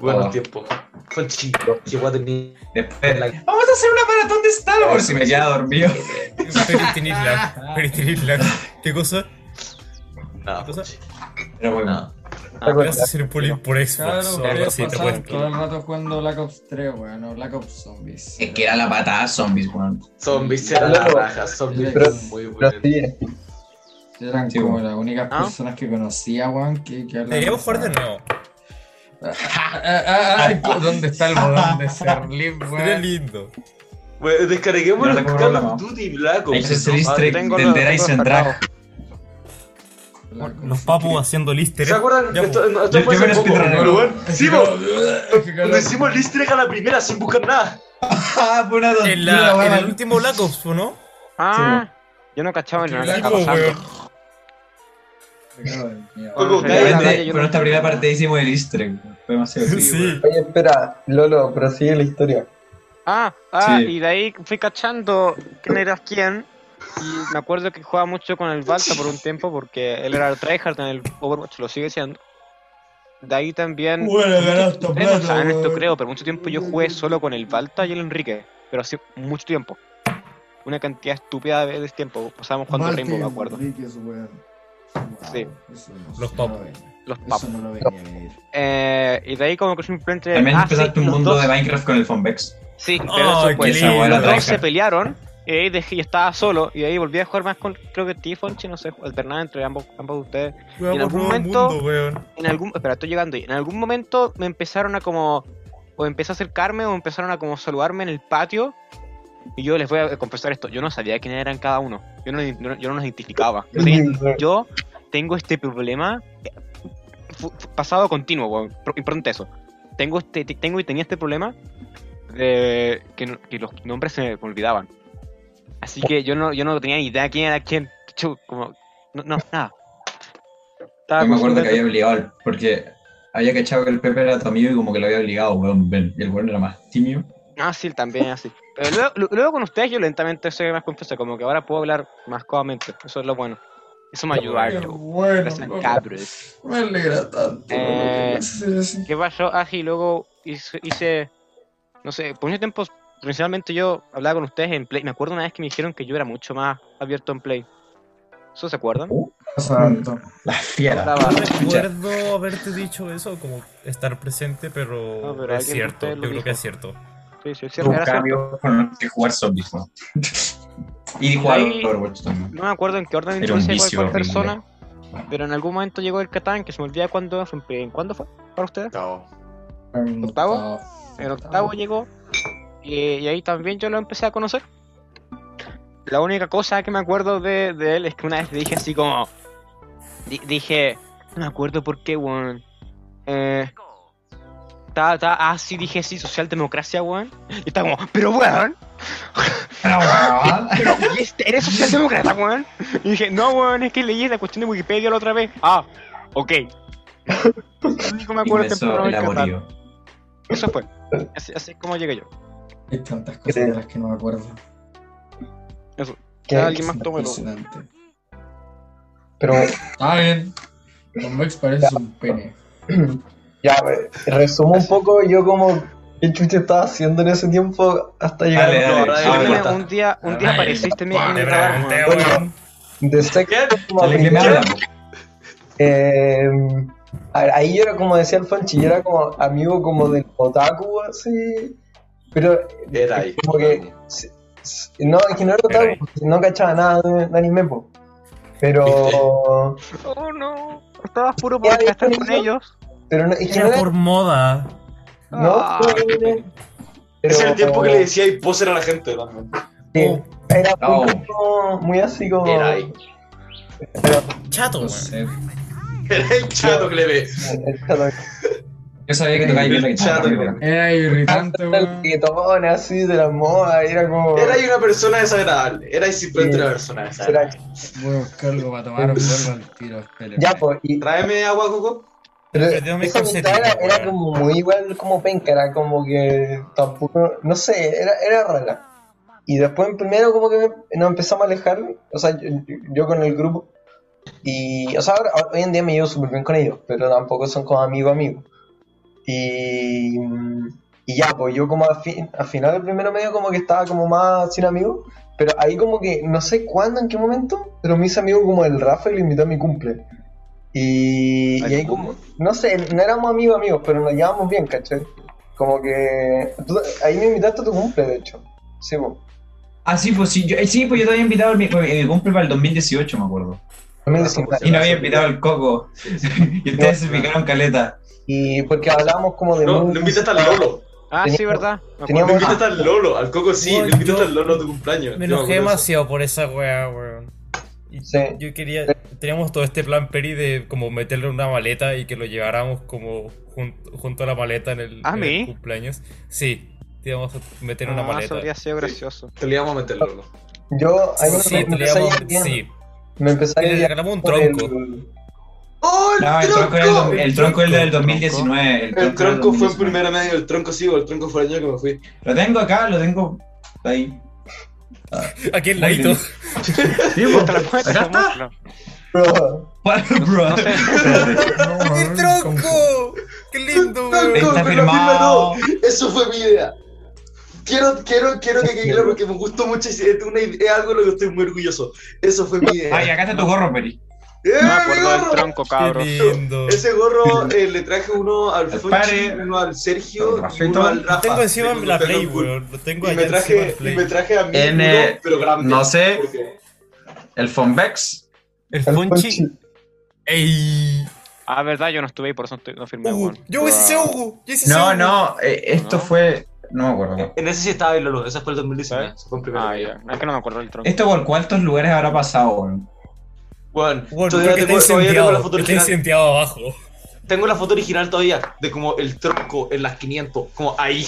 Buenos
Oh.
tiempos. Conchi, qué guay tenía.
Después, like, vamos a hacer una maratón de Star Wars y me quedaba
[LAUGHS]
dormido.
Peritin Island. Peritin Island. ¿Qué cosa?
Nada,
¿Qué cosa?
Fonchi,
Era muy bueno.
nada.
¿Qué vas a hacer bullying por
Claro,
Xbox o algo
weón,
así? Te
pasaban
puedes
todo el rato jugando Black Ops 3, weón. O Black Ops Zombies.
Es que era la patada zombies, weón.
Zombies era la raja. Zombies
Pero-
eran muy
Pero
buenos.
sí,
Eran
Sí,
como
weón.
las únicas
Ah.
personas que conocía, weón. Que, que hablaban
Deberíamos
esa-
jugar de nuevo.
Ah, ah, ah,
[LAUGHS]
¿Dónde está el botón de ser libre,
Sería
weón?
lindo.
Weón, Descarguemos
Yo no
el
tengo
Call
problema.
of Duty Black
Hay
Ops.
que hacer easter egg
tengo
del
lo-
Dead
tengo
Ice and
descargado.
Drag.
Los papus haciendo lister. ¿eh?
¿Se acuerdan?
Ya,
Esto, esto
Yo-
fue
yo me
hace
lo
poco,
speedruneo.
pero bueno, Sí, po. Cuando
[LAUGHS] Decimos
hicimos el easter egg a la primera sin buscar nada.
Ah, fue una
En, la, en el
weón.
último Black Ops, ¿o ¿no?
Ah, yo no cachaba ni
Sí,
nada que estaba
weón.
pasando.
Juego,
Bueno, sería la
cállate.
verdad, yo
Pero
no-
esta primera parte hicimos el easter egg. Fue demasiado
Sí.
sí.
Oye, espera, Lolo, prosigue la historia.
Ah, ah,
Sí.
y de ahí fui cachando quién era quién. Y me acuerdo que jugaba mucho con el Balta por un tiempo porque él era el tryhard en el Overwatch, lo sigue siendo. De ahí también.
Bueno, ganaste
Ustedes no
plata,
saben esto,
weón.
creo, pero mucho tiempo yo jugué solo con el Balta y el Enrique. Pero hace mucho tiempo. Una cantidad estúpida de de tiempo. Pasábamos jugando
Marte
Rainbow, me
y
acuerdo.
Enríquez, weón. Wow,
Sí.
eso no-
Los
no
top.
lo venía-
Los
Eso
papos.
no lo venía a venir.
Eh, y de ahí como que simplemente...
También
ah,
empezaste
sí,
un
los
mundo
dos-
de Minecraft con el Fonbex.
Sí, pero
Oh,
eso pues,
qué lindo.
los dos se
Tryhard.
pelearon eh, y ahí dejé, y estaba solo. Y ahí volví a jugar más con, creo que Tifonchi, no sé, alternaba entre ambos, ambos de ustedes.
Weón,
en algún
nuevo
momento-
mundo, weón.
En algún... Espera, estoy llegando ahí. En algún momento me empezaron a como... O empecé a acercarme o empezaron a como saludarme en el patio. Y yo les voy a confesar esto, yo no sabía quiénes eran cada uno. Yo no, yo no los identificaba. Yo tenía- yo tengo este problema eh, fu- fu- pasado continuo, weón. Pro- Y pronto eso. Tengo este, te- tengo y tenía este problema de que, no- que los nombres se me olvidaban. Así que yo no, yo no tenía ni idea quién era quién. Chu, como, no, no, nada. Estaba
Yo me acuerdo
como-
que había obligado, al- porque había cachado que el Pepe era tu amigo y como que lo había obligado, weón, ven. Y el weón era más tímido.
Ah, sí, también así. Pero luego, lu- luego con ustedes yo lentamente soy más confeso, como que ahora puedo hablar más cómodamente. Eso es lo bueno. Eso me ayuda
Qué
harto.
bueno,
Gracias,
loco.
cabros.
Me alegra tanto.
Eh,
Sí, sí.
¿Qué pasó? Ah, y luego hice, hice- no sé, por mucho tiempo, principalmente yo hablaba con ustedes en Play. Me acuerdo una vez que me dijeron que yo era mucho más abierto en Play. ¿Eso se acuerdan?
Exacto.
La fiera.
Estaba-
Recuerdo haberte dicho eso, como estar presente, pero,
No, pero
es
alguien de
cierto.
ustedes
Yo
lo
creo
dijo.
que es cierto.
sí, sí, sí,
Un
era cierto.
cambio con los que jugar zombies, weón. [LAUGHS] Y jugar
Ahí-
Overwatch también.
No me acuerdo en qué orden
Era un
introducía
vicio
cualquier persona,
horrible.
pero en algún momento llegó el Catán, que se me olvida cuándo fue. ¿En cuándo fue para ustedes?
Chao.
Em,
¿Octavo? En octavo llegó y, y ahí también yo lo empecé a conocer. La única cosa que me acuerdo de, de él es que una vez le dije así como... di- dije, no me acuerdo por qué, weón. Eh, ta, ta, ah, sí, dije sí, socialdemocracia, weón. Y está como, pero weón,
Ah, weón.
pero este- eres socialdemócrata, weón. Y dije, no, weón, es que leí la cuestión de Wikipedia la otra vez. Ah, ok. Lo único que me
Y
acuerdo
beso
temprano del Catán.
elaborío.
Eso fue. Así, así es como llegué yo.
[LAUGHS] Hay tantas cosas de las que no me acuerdo.
¿Qué?
Alguien más tómelo.
Impresionante.
Pero
Está bien. Convex parece un pene.
ya, eh, resumo un poco yo como qué chucha estaba haciendo en ese tiempo hasta llegar
Dale,
a
dale. Ah,
No,
dale,
Dime,
corta.
un día, un día
Ah, Ay,
apareciste en mi, en mi
Te
radar,
pregunté,
weón.
weón.
de sexto
¿Qué?
como
Dale, que me
primero,
habla, po.
eh, a ver, ahí yo era como decía Alfonso, yo era como amigo como del otaku así, pero
Era ahí.
Como que- s- s- no, es que no era
Pero
otaku, no cachaba nada de, de anime, po. pero
Oh no. Estabas puro
Ya,
por
ya,
gastar
ya.
con ellos.
pero no, es que
Era
no era,
por moda.
no,
Ah,
pero-
Es el tiempo que le decía y poser a la gente también.
Sí, Era
Oh.
muy, como- muy así como.
Era ahí.
Chato,
Pues,
No
weón.
sé.
Era el chato que le ve.
El chato
Yo sabía que tocaba bien la guitarra,
Chato.
weón.
Era irritante,
era el
weón.
reggaetón así de la moda, era como.
Era ahí una persona desagradable. Era ahí simplemente
Sí.
una persona
era-
desagradable.
Voy a buscar algo para tomar, vuelvo al tiro. espérenme.
Ya, pues. Y,
Tráeme agua, Coco.
pero
perdió mi
esa
calcetita,
mitad era, era
weón.
como muy igual, como penca, era como que tampoco. No sé, era, era rara. Y después en primero, como que me- nos empezamos a alejar, o sea, yo, yo con el grupo. Y, o sea, ahora- hoy en día me llevo súper bien con ellos, pero tampoco son como amigos amigos. Y, y ya, pues yo como a fi- al final del primero medio como que estaba como más sin amigos, pero ahí como que no sé cuándo, en qué momento, pero me hice amigo como el Rafa y lo invité a mi cumple. Y, y ahí como, no sé, no éramos amigos amigos, pero nos llevábamos bien, ¿cachai? Como que... tú- ahí me invitaste a tu cumple, de hecho. Sí, pues.
Ah, sí, pues sí, yo, eh, sí, pues yo te había invitado al mi, eh, cumple para el 2018, me acuerdo.
Ah,
2019.
Y no había invitado al Coco. [LAUGHS] y ustedes se picaron caleta.
Y porque hablábamos como de
No,
música,
lo invitaste al Lolo.
Ah, sí,
Teníamos-
verdad. Me acuerdo.
Lo
teníamos-
invitaste al Lolo. Al Coco sí.
Bueno,
Lo invitaste
yo-
al Lolo a tu cumpleaños.
Me enojé
Yo acuerdo de eso.
demasiado por esa weá, weón. Y
Sí.
Yo quería. Teníamos todo este plan peri de como meterle una maleta y que lo lleváramos como jun- junto a la maleta en el,
¿A
en el
mí?
cumpleaños. Sí, te íbamos a meter una
Ah, eso
maleta.
habría sido gracioso.
Te le íbamos a meter Lolo.
Yo ahí
Sí,
me,
te
empecé a
íbamos-
ir bien.
sí.
Me empecé a
Le
ir bien
regalamos un
con
tronco.
el-
¡Oh, el
No, el tronco era el,
tronco!
do- el tronco era el del 2019.
El tronco fue en
primero.
primera medio. El tronco sí, o el tronco fue el año que me fui.
Lo tengo acá, lo tengo ahí. [LAUGHS]
Aquí el ladito.
Sí,
[LAUGHS]
Te la muestro,
acá está.
muéstralo.
Bro.
bro.
no sé.
Espérate.
¡Qué
tronco! ¡Qué lindo, weón!
Tronco,
Está
pero
firmado.
firma no. Eso fue mi idea. Quiero, quiero, quiero que quede
[LAUGHS]
claro que me gustó mucho y es, una idea- es algo de lo que estoy muy orgulloso. Eso fue mi idea.
Ay, acá está tu gorro, Peri.
¡Eh,
No me
mi
acuerdo del
gorro!
tronco, cabros.
¡Qué lindo!
[LAUGHS] Ese gorro eh, le traje uno al
Al
Fonchi,
pare.
uno al
Al
Sergio, y
Rafito.
uno al Rafa.
Tengo encima la
ah, Tengo
Play,
el full.
weón. Lo tengo
Y
allá
me
encima
traje,
del
y
Play.
me traje a mí
En,
uno,
eh,
pero grande.
no sé.
Porque-
El Fonvex.
El
El
Fonchi.
Fonchi.
¡Ey!
Ah, verdad, yo no estuve ahí, por eso estoy- no firmé,
Ugu.
weón.
Uh, ¡Yo hice ese Ugu! ¡Yo hice ese
No,
Ugu.
no, eh, esto
¿No?
fue. No me acuerdo. weón.
En ese sí estaba Lolo, esa fue el 2019.
¿Eh?
Esa fue el primer
Ah,
día.
ya. Es que no me acuerdo del
Eh,
tronco.
Esto por cuántos lugares habrá pasado, weón.
Bueno,
Weón,
todavía
creo que está
tengo, todavía tengo
incendiado.
la
Está
foto original.
incendiado abajo.
Tengo la foto original todavía de como el tronco en las 500, como ahí.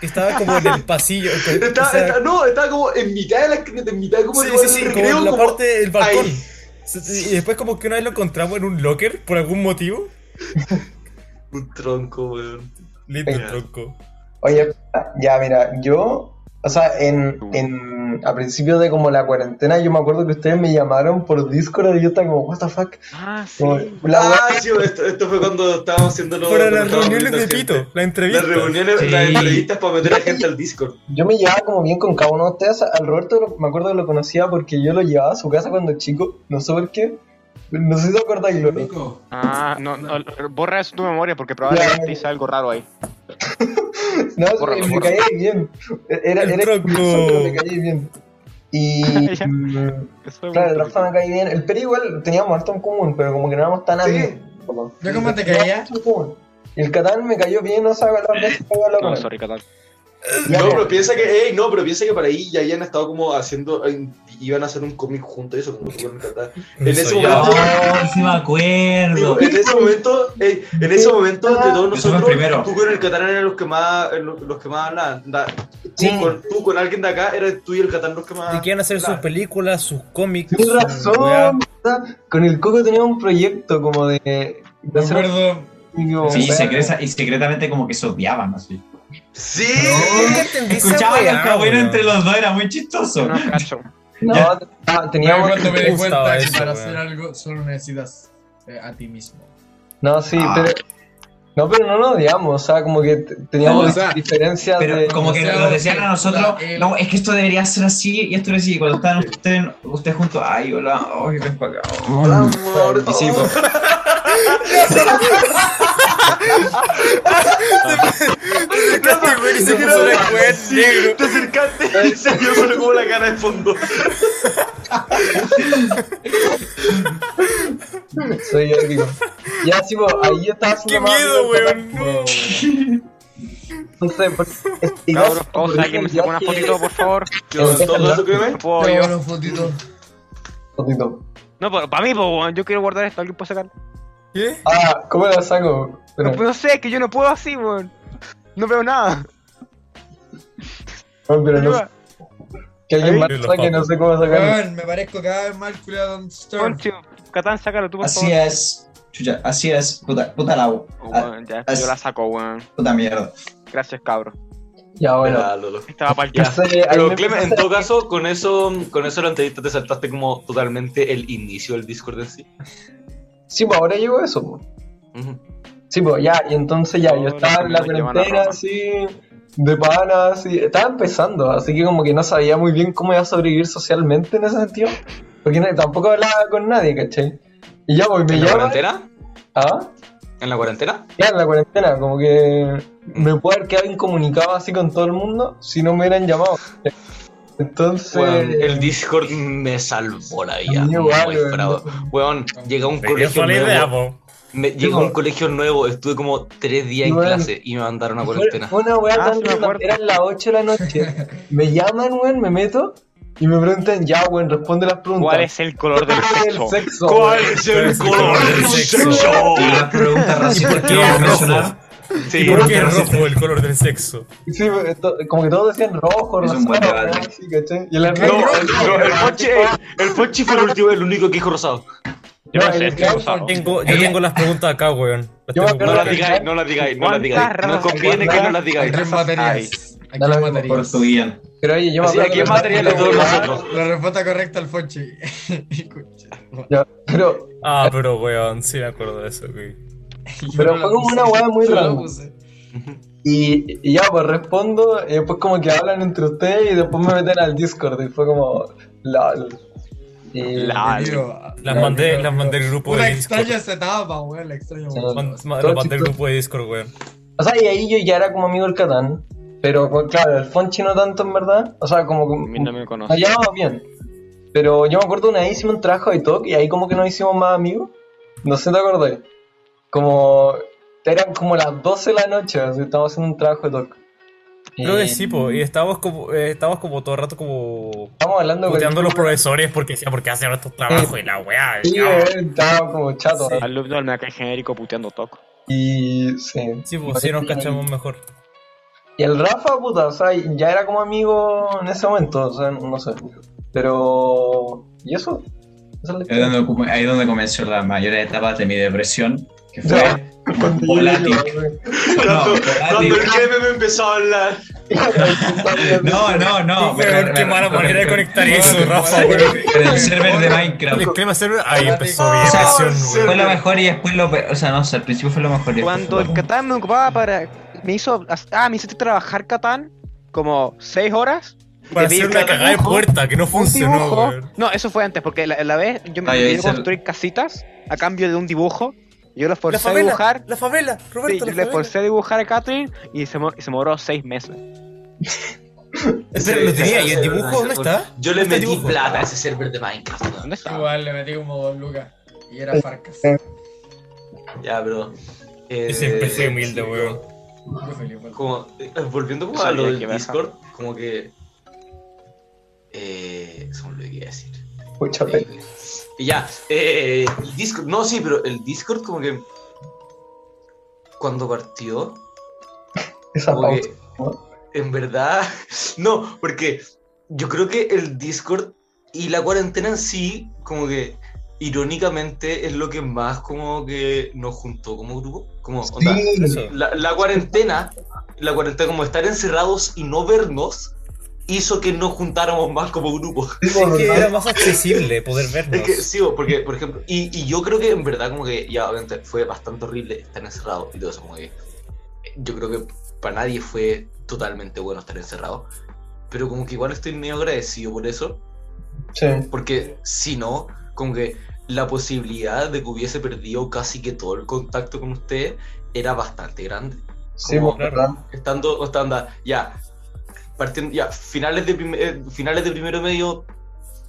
Estaba como en el pasillo.
[LAUGHS]
con- Eh, o
Estaba,
sea,
estaba- no, estaba como en mitad de las 500, en mitad como
sí,
el lugar
sí, sí,
del
como en la
como-
parte del balcón.
ahí.
Y después como que una vez lo encontramos en un locker, por algún motivo.
Un tronco, weón.
Lindo
Venga.
tronco.
Oye, ya, mira, yo. O sea, en, en, a principio de como la cuarentena, yo me acuerdo que ustedes me llamaron por Discord y yo estaba como, what the fuck.
Ah, sí.
Como, la wea-
Ah, sí, esto, esto fue cuando estábamos haciendo los.
Fueron las
cuando estábamos
reuniones de
viendo
Pito,
gente.
la entrevista.
Las reuniones,
Sí.
las entrevistas para meter a gente al Discord.
Yo me llevaba como bien con cada uno de ustedes. Al Roberto lo- me acuerdo que lo conocía porque yo lo llevaba a su casa cuando chico. No sé por qué. No sé si te acordáis, Lolo.
Nico,
Ah, no, no, borra eso de tu memoria porque probablemente
Ya.
hice algo raro ahí.
No,
Bórralo,
me, me
bórralo.
caía bien. E-, Era,
El
era
tronco.
curioso, pero me caía bien. Y.
[LAUGHS] Ya.
mm,
Eso es
claro, el
muy
Rafa me caía bien. El Peri igual teníamos harto en común, pero como que no éramos tan amigos.
Sí.
como-
¿Yo cómo te caía?
Harto en común. Y el Catán me cayó bien, no sabes las veces que he hablado con
No,
él.
sorry, Catal.
Ya,
No,
mira,
pero piensa que, ey, no, pero piensa que para ahí ya habían estado como haciendo, en- iban a hacer un cómic junto y eso, como tú con Catán. En ese
Soy
momento-
Oh, sí me acuerdo. [LAUGHS]
Digo, en ese momento, ey, en ese momento de todos
Yo soy el
nosotros,
primero.
tú con el Catán eran los que más, eh, lo- los que más hablaban. Da- tú,
Sí.
con, tú con alguien de acá, eras tú y el Catán los que
Y
más.
quieren hacer sus
Claro.
películas, sus cómics.
Tienes
sus weas.
razón. ¿verdad? Con el Coco teníamos un proyecto como de. de
Me
hacer-
acuerdo.
como-
Sí, secreta- y secretamente como que se odiaban así.
Sí.
Nunca entendí esa
Escuchaban
wea,
los cagüeros
weón.
entre los dos, era muy chistoso.
No, cacho.
No,
Ya.
ah,
Yo
teníamos.
cuando me
me
di
gustaba
cuenta que
eso,
para
weón.
hacer algo solo necesitas eh, a ti mismo.
No, sí,
Ah.
pero. No, pero no nos odiamos, o sea, como que t- teníamos
No, o sea,
diferencias de.
Pero como que
Demasiado
nos decían a nosotros,
eh,
la- el-
no, es que esto debería ser así y esto era así. Y cuando estaban ustedes, ustedes juntos, ay, hola, oh, ay, ven para acá.
Amor,
Y sí, pues,
Este
[LAUGHS]
güey se puso
Creo-
la wea en negro.
Te acercaste y se vio con como la cara de fondo.
[LAUGHS] Soy yo, digo. Ya, sí, pues, ahí yo estaba haciendo
¡Qué
más
miedo,
amigos,
weón! No.
Entonces, por- este, yo-
Cabros, cosa, alguien me saca una
que- [LAUGHS]
fotito, por favor.
¿Todo eso que
No
ven?
puedo
Yo
yo.
unos fotitos.
Fotito.
No, pero para mí, po, weón, yo quiero guardar esto. ¿Alguien puede sacar?
¿Qué?
Ah, ¿cómo la saco? Pero,
No, pues, no sé, que yo no puedo así, weón. No veo nada.
no, pero no sé,
Arriba,
que alguien
ahí.
más
Los
saque, no sé cómo sacarlo.
Weón, me parezco cada vez más culiado Don Stern.
Poncho, Catán, sácalo tú, por
así
favor.
es, chucha, así es, puta, puta la U,
Oh,
ah,
weón, ya,
así-
yo la saco, weón.
puta mierda.
Gracias, cabro. Este
Ya, bueno.
Ah, Lolo.
Estaba para el
Ya
cast.
sé, ahí
Pero
me
Clemen, en
puse-
todo caso, con eso, con eso la entrevista te saltaste como totalmente el inicio del Discord en sí.
Sí, pues ahora llegó eso. pues.
Ujú.
Sí, pues ya, y entonces ya, yo
Ahora
estaba en la
también lo llevan a
cuarentena
Roma.
así, de pana, así, estaba empezando, así que como que no sabía muy bien cómo iba a sobrevivir socialmente en ese sentido, porque no- tampoco hablaba con nadie, ¿cachai? Y ya, pues me
¿En la
llaman,
cuarentena?
ah,
¿En la cuarentena?
ya en la cuarentena, como que me puedo haber quedado incomunicado así con todo el mundo si no me hubieran llamado. Entonces,
Weón, el Discord me salvó la vida.
Amigo,
Muy
vale,
bravo. Weón, llegué a un
¿Qué
colegio
fue la idea,
pues.
nuevo.
po?
Me, llegué a un colegio nuevo, estuve como tres días en
Weón.
clase y me mandaron a
Fue
cuarentena.
fue una weá
Ah,
tan
sí me
random,
acuerdo.
eran las 8 de la noche. Me llaman, weón, me meto y me preguntan, ya, weón, responde las preguntas.
¿Cuál es el
[LAUGHS]
color del sexo?
sexo?
¿Cuál es el color del sexo?
Y las preguntas racistas
por
que
qué
vamos a
rojo?
mencionar,
Sí,
¿Y por
no
qué
te
es
recetas.
rojo el color del sexo?
Sí, to- como que todos decían rojo,
Es
rosado,
un buen debate.
weón, así, ¿cachai? Y el
No,
Hernán-
no, el Pochi, el Pochi fue el último, el único que dijo rosado.
Yo no
No,
sé,
el
estoy
Rafa-
rosado.
Tengo, yo tengo las preguntas acá, weón. Las
Yo me
tengo
acuerdo
No
acá.
las digáis, no las digáis, no las digáis. No conviene que no las digáis.
Tres
Ay.
materias. ¿A
Da lo
quién
mismo,
matarías?
Por su bien.
Pero oye, yo me
Así, ¿a
acuerdo
quién
que-
matarían a todos nosotros?
La respuesta correcta al Fonchi. [LAUGHS] Escucha.
Ya, Pero,
Ah, pero weón, sí me acuerdo de eso, güey.
Yo
Pero
no la
fue como
puse.
una hueá muy
Yo la
random.
puse.
y, y ya, pues respondo, y después como que hablan entre ustedes y después me meten al Discord y fue como, lol. Y,
Ah,
La-
Digo,
Las
no,
mandé,
no,
las
no.
mandé al grupo
Una
de Discord.
extraña esa etapa, weón, la extraño
Sí.
mucho.
Man- ma-
Todo
Las mandé al
chistoso.
grupo de Discord, weón.
O sea, y ahí yo ya era como amigo del Catán, pero pues, claro, el Fonchi no tanto en verdad, o sea, como...
A mí no me conoce.
Nos llevamos bien. Pero yo me acuerdo una vez hicimos un trabajo de talk y ahí como que nos hicimos más amigos. No sé, ¿te acordás? Como... Eran como las 12 de la noche, así, estábamos haciendo un trabajo de talk. Y
Creo que sí, po. Y estábamos como, eh, estábamos como todo el rato como
Estábamos hablando con...
puteando a los profesores porque decían, ¿por qué hacen estos trabajos? Y la weá,
Sí,
ya.
eh, estábamos como chato.
Sí.
¿no?
Al loop del meca genérico puteando toc.
Y... Sí.
Sí, pues sí nos cachamos mejor.
Y el Rafa, puta, o sea, ya era como amigo en ese momento, o sea, no sé. Pero... ¿Y eso? Esa es la
Ahí
historia.
donde, ocu- ahí donde comenzó la mayor etapa de mi depresión, que fue
Ya.
volátil. No,
Cuando-
volátil.
Cuando el jefe me empezó a hablar.
No, no, no.
Ah, Weón, qué mala manera de conectar eso, Rafa, weón.
Pero el server de Minecraft.
El clima server, ahí empezó mi
Ah,
depresión,
sí.
weón.
Fue lo mejor y después lo pe- O sea, no, o sea, al principio fue lo mejor y después
Cuando
fue
el
lo peor.
Catán me ocupaba para. Me hizo. Ah, me hiciste trabajar Catán como 6 horas. y
Para
te pedí
hacer
que
una cagada de
dibujo,
puerta que no
un
funcionó,
dibujo.
weón.
No, eso fue antes, porque la, la vez yo me
Ah, ya
pedí
hice el-
construir casitas a cambio de un dibujo. Yo lo
La
forcé a
favela,
dibujar.
la favela,
Sí,
Roberto,
yo
la
le
favela.
forcé a dibujar a Catherine y se, mo- y se moró 6 meses.
Espera, lo tenía, ¿y el dibujo dónde está?
Yo le
¿Dónde está el
metí
dibujo?
plata a ese server de Minecraft. weón.
¿Dónde está?
Igual le metí como dos lucas. Y era Farcas.
Ya, pero. eh,
Yo siempre fui humilde, weón.
Muy feliz, weón.
Como, eh, volviendo como
Yo
a lo
sabía
del
que iba a dejar.
Discord, como que. Eh, se me olvidó qué iba a decir.
Mucha pena.
Y ya, eh, el Discord. No, sí, pero el Discord, como que. Cuando partió,
Esa
como
pausa.
que. En verdad. [LAUGHS] No, porque yo creo que el Discord y la cuarentena en sí, como que irónicamente es lo que más como que nos juntó como grupo. Como, onda,
Eso.
la, la cuarentena, la cuarentena, como estar encerrados y no vernos, hizo que nos juntáramos más como grupo.
Es que era más accesible poder
Es que
vernos.
sí, bo, porque, por ejemplo, y, y yo creo que en verdad, como que ya obviamente fue bastante horrible estar encerrado y todo eso, como que eh, yo creo que para nadie fue totalmente bueno estar encerrado, pero como que igual estoy medio agradecido por eso,
Sí.
porque si no, como que la posibilidad de que hubiese perdido casi que todo el contacto con ustedes era bastante grande.
Sí,
Como-
pues,
claro.
¿verdad?
Estando, o sea, onda, ya, partiendo, ya, finales de, prim- eh, finales de primero medio,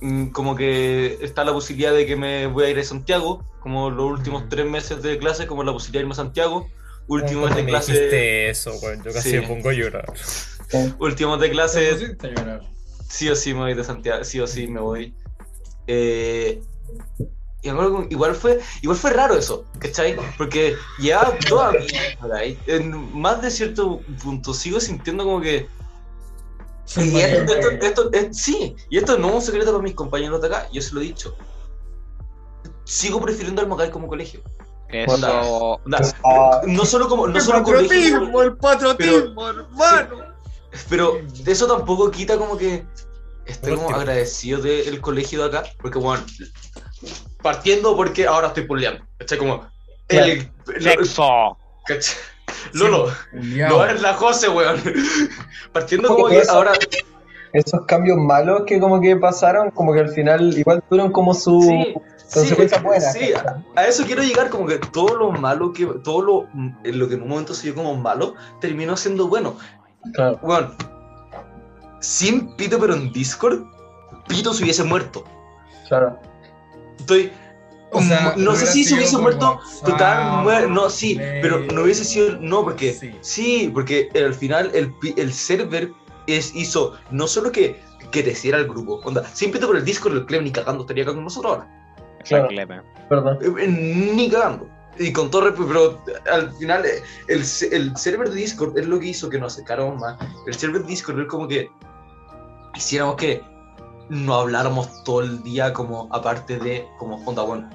mm, como que está la posibilidad de que me voy a ir a Santiago, como los últimos
Mm.
tres meses de clase, como la posibilidad de irme a Santiago, último mes
Cuando
de
me
clase,
dijiste eso, weón, yo casi
Sí.
me pongo a llorar.
último de clase,
Te pusiste a llorar.
sí o sí me voy de Santiago, sí o sí me voy. Eh, y me acuerdo que igual fue, igual fue raro eso, ¿cachai? Porque ya toda mi vida, ¿cachai? en más de cierto punto sigo sintiendo como que y esto, esto- esto- es- sí, y esto no es un secreto para mis compañeros de acá, yo se lo he dicho. Sigo prefiriendo el Macay como colegio.
Eso.
Onda,
Ah.
no solo como, no
El
solo colegio,
patriotismo, el patriotismo, hermano.
pero eso tampoco quita como que estoy como
Lástima.
agradecido del colegio de acá, porque bueno, partiendo porque ahora estoy puleando, ¿cachai? Como el, lo-
Sexo.
¿cachai? Lolo,
Culeado.
no eres la Jose, weón. [LAUGHS] Partiendo
Porque
como que
eso-
ahora
Esos cambios malos que como que pasaron, como que al final igual tuvieron como su...
Sí,
consecuencias
sí,
buenas,
sí, a,
¿cachai?
a eso quiero llegar, como que todo lo malo que, todo lo, lo que en un momento se vio como malo, terminó siendo bueno.
Claro.
Bueno, sin Pito, pero en Discord, Pito se hubiese muerto.
Claro.
Estoy,
O sea,
no sé
hubiera
si se
sido
hubiese
por
muerto
WhatsApp,
total, mue- no, sí,
mail,
pero no hubiese sido, no, porque,
sí.
sí, porque al final el, pi- el server es, hizo, no solo que creciera el grupo, onda, sin Pito, pero el Discord, el Clem ni cagando estaría acá con nosotros ahora.
Claro.
Esa clepe.
Perdón.
Eh, eh, Ni cagando. Y con todo respeto, pero al final eh, el, se- el server de Discord es lo que hizo que nos acercáramos más. El server de Discord es como que hiciéramos que no habláramos todo el día como aparte de como onda bueno.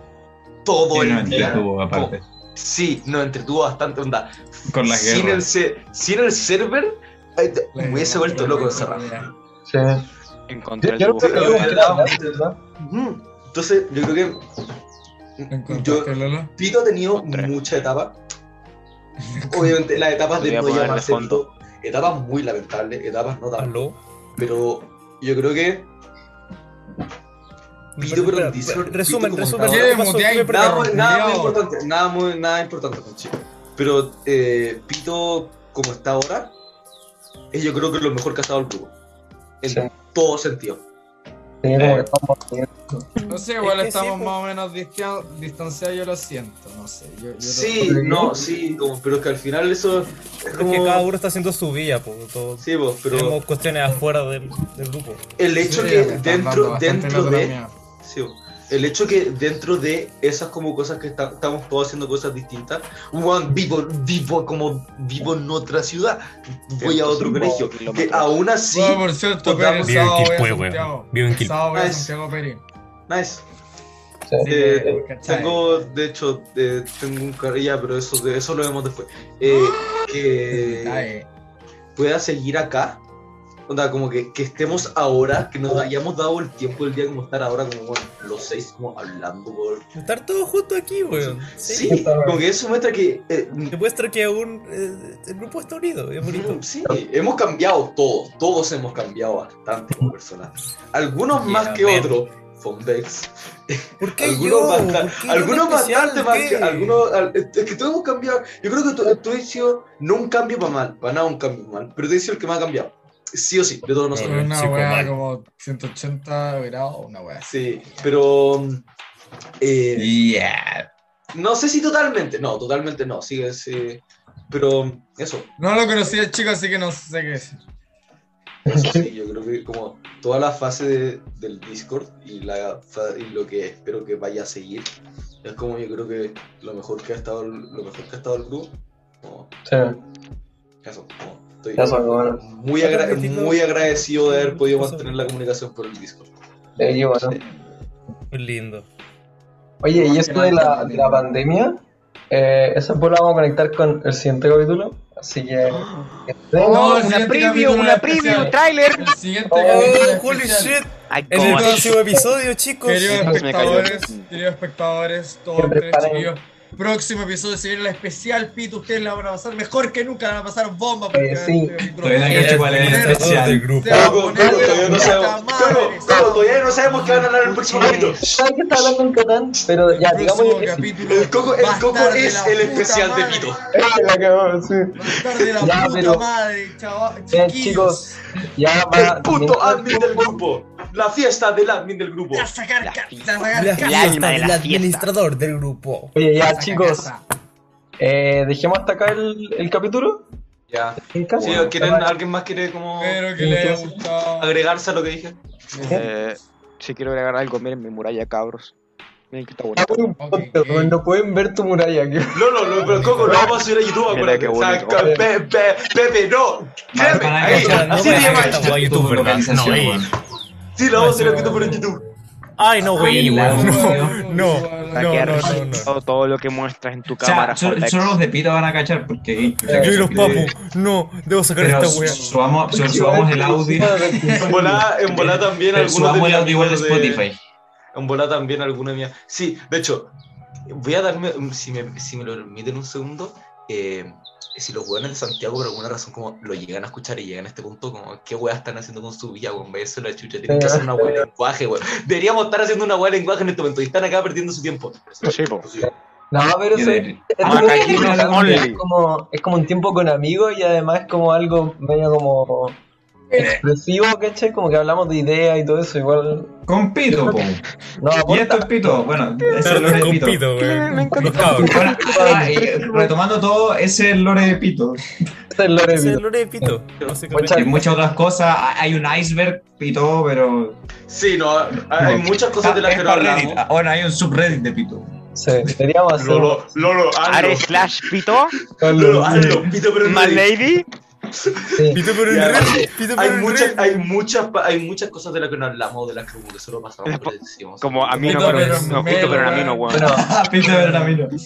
Todo
Sí,
el
no,
día.
entretuvo,
Oh.
como-
aparte.
sí, nos entretuvo bastante onda.
Con las
Sin el,
guerras.
se- sin el server Ahí te-
La-
Me hubiese vuelto loco esa raja.
Sí. Yo,
Encontré el
yo no
dibujo.
creo que
dibujo.
hayamos quedado mal, ¿verdad?
Ujú. Entonces, yo creo que. Yo,
¿Encontraste, Lolo?
Pito ha tenido
Encontré.
muchas
[LAUGHS]
etapas. Obviamente, las etapas
Lo
de
voy a
no
poner de
llamarse
fondo. Mm.
Pito, etapas muy lamentables, etapas no tan.
Aló.
Pero yo creo que. Pito, pero en Discord. Pito
Resumen,
como
resumen.
estaba-
Sí,
¿qué pasó?
muteáis,
¿Qué me
Nada,
Pero,
muy- nada muy
culiao.
importante, nada, muy, nada importante, Juanchi. Pero eh, Pito, como está ahora, es yo creo que lo mejor que ha estado el grupo. En
Sí.
todo sentido.
Sí, como que estamos bien.
No sé, igual
Es que sí,
estamos
po.
más o menos distia- distanciados, yo lo siento, no sé. Yo, yo
Sí,
creo.
no, sí, como, pero es que al final eso es
Porque
como...
cada uno está haciendo su vida, po. todo-
Sí, vos, pero
Tenemos cuestiones afuera del, del grupo.
el
Sí,
hecho
me
que
están dando
dentro,
bastante
dentro
lata la
de...
mía.
sí, vos, el hecho que dentro de esas como cosas que está- estamos todos haciendo cosas distintas, Juan, vivo, vivo como vivo en otra ciudad, voy a otro colegio, que aún así...
Bueno, por cierto, Pérez,
Podamos-
en
Vive
sábado voy a
pues,
Quilpue, weón.
Santiago.
Vive en Quilpue.
Sábado voy a
Nice.
Santiago Pérez.
Nice.
Sí.
Sí,
Eh,
¿cachai?
Tengo, de hecho, eh, tengo un carrilla, pero eso, de eso lo vemos después. Eh, que
Ay,
pueda seguir acá. Onda, como que, que estemos ahora, que nos hayamos dado el tiempo del día como estar ahora, como bueno, los seis, como hablando por.
Estar todos juntos aquí, weón.
Sí,
sí, está bien.
como que eso muestra que. eh,
Demuestra que aún eh, el grupo está unido, es bonito.
sí, hemos cambiado todos, todos hemos cambiado bastante como personas. Algunos más
Yeah,
que
man.
otros, Fondex.
¿Por qué yo?
Algunos, basta-
¿Por qué yo
algunos
en especial?
bastante más que
¿Qué?
algunos. al- Es que tú hemos cambiado. Yo creo que tú, tú has sido no un cambio para mal, para nada un cambio para mal, pero tú has sido el que más ha cambiado. Sí o sí, de todos
es
nosotros.
una
Sí,
weá
comal.
como 180 grados, una weá. así.
Sí, pero. eh,
Yeah.
no sé si totalmente, no, totalmente no, sigue, sí. eh, Pero eso,
No lo conocía el chico, así que no sé qué decir.
eso Pues sí, yo creo que como toda la fase de- del Discord y, la, fa- y lo que espero que vaya a seguir, es como yo creo que lo mejor que ha estado, el- lo mejor que ha estado el grupo. como
Sí,
Eso, como estoy
ya son bueno.
muy, agra- muy agradecido de haber podido mantener la comunicación por el Discord.
Sí, bueno.
Muy lindo.
Oye, y eso de la, de la pandemia, eh, esa bola vamos a conectar con el siguiente capítulo. Así que.
No, el
Una
siguiente
preview,
capítulo
una
es
preview,
especial.
tráiler.
El siguiente
Oh,
capítulo
holy
especial.
shit.
Ay,
En el
cómo es.
próximo episodio, chicos.
Queridos
Se me cayó.
espectadores, queridos espectadores, todos
Siempre
ustedes,
paren.
chiquillos. Próximo episodio se viene el especial Pito. Ustedes la van a pasar mejor que nunca, la van a pasar bomba. porque
Eh, sí.
este capítulo
Todavía no
se
cacho cuál es el
primero.
del
especial.
grupo.
va a
Coco,
poner
Coco,
de
todavía no
puta
sabemos.
madre.
Coco, Coco, todavía no sabemos qué van a hablar en el próximo capítulo.
¿Sabes que está hablando en Catán? Pero ya,
El
digamos
próximo
que sí. [LAUGHS]
capítulo
El Coco,
va a
el Coco
estar de
es
la
el
puta
especial de
madre.
Pito.
Eh, la cagó, sí.
Va a estar de la
Ya,
puta
pero-
madre, chaval.
Ya,
Chiquillos.
chicos, ya va.
El puto admin del grupo. La fiesta del admin del grupo.
Te vas a sacar
La
ca-
fiesta.
te vas a sacar
El
ca-
alma de la fiesta.
del grupo.
Oye,
te vas a
ya,
sacar
chicos,
casa.
eh, dejemos hasta acá el, el capítulo.
Ya.
¿En caso?
Sí, ¿quieren- ¿Alguien más quiere como
Espero que les haya gustado.
agregarse a lo que dije?
Eh, si quiero agregar algo, miren mi muralla, cabros. Miren que está bonito.
Hago un podcast,
Ok.
weón, no pueden ver tu muralla. que-
No, no, no, pero Coco, lo vamos a subir a YouTube,
Mira qué
acuérdate. O sea,
bonito.
que- Pe- Pe- Pepe, no. Créeme,
Van a
ahí, así
cachar,
no
te
van a
llamas.
cachar. Guay, YouTube, ¿verdad?
Organización,
No, ey.
weón.
Sí, lo vamos a subir a YouTube por YouTube.
Ay, no, güey.
la-
weón, No,
Va a
no,
quedar
no, no,
registrado todo lo que muestras en tu
O sea,
cámara.
solo,
Jordex.
solo los de Pito van a cachar porque.
no. Yo y los
papos
papos. No, debo sacar
Pero
esta wea.
su- subamos, su- subamos el audio.
En volá, en volá también algunos
Pero
de
subamos
mis
el audio igual de
amigos de-
Spotify.
En bola también alguna mía. Sí, de hecho, voy a darme, mm, si me, si me lo permiten un segundo, eh, si los hueones de Santiago por alguna razón como lo llegan a escuchar y llegan a este punto, como, ¿qué hueá están haciendo con su vida, weón? Váyanse a la chucha, tienen que hacer una hueá de lenguaje, weón. Deberíamos estar haciendo una hueá de lenguaje en este momento y están acá perdiendo su tiempo.
Sí, po.
No, pero
Y
eso
de-
Es
Ah,
como-
Caquinos
es como-
only.
es como, es como un tiempo con amigos y además es como algo medio como
Eh.
expresivo, ¿cachai? Como que hablamos de ideas y todo eso, igual
Con Pito, po.
no
Y
aporta.
esto es Pito. Bueno, es el lore
Tarde
de
con
Pito.
pito, weón.
Me encanta.
Los cabros.
Bueno, ah, eh, retomando todo, ese es el lore de Pito.
Ese es el lore
Es el
vivo.
lore de pito. básicamente.
Y muchas otras cosas. ah, Hay un iceberg y todo, pero.
Sí, no, hay
No.
muchas cosas de las
Ah, Es
que no
para
hablamos.
Reddit. Ahora hay un subreddit de Pito.
Sí, deberíamos hacer.
Lolo, Lolo, hazlo.
Are slash pito,
Lolo, hazlo. Pito, pero en
my
Reddit.
lady.
Sí.
Pito por el
Ya,
rey. Pito por
Hay
el rey.
muchas, hay, muchas, pa- hay muchas cosas de las que no hablamos, de las que, como que solo pasamos por encima.
Como a mí no,
Pito,
pero
pero
no, pito, pero a mí no, weón.
[LAUGHS]
Bueno,
Pito, pero también.
Pito,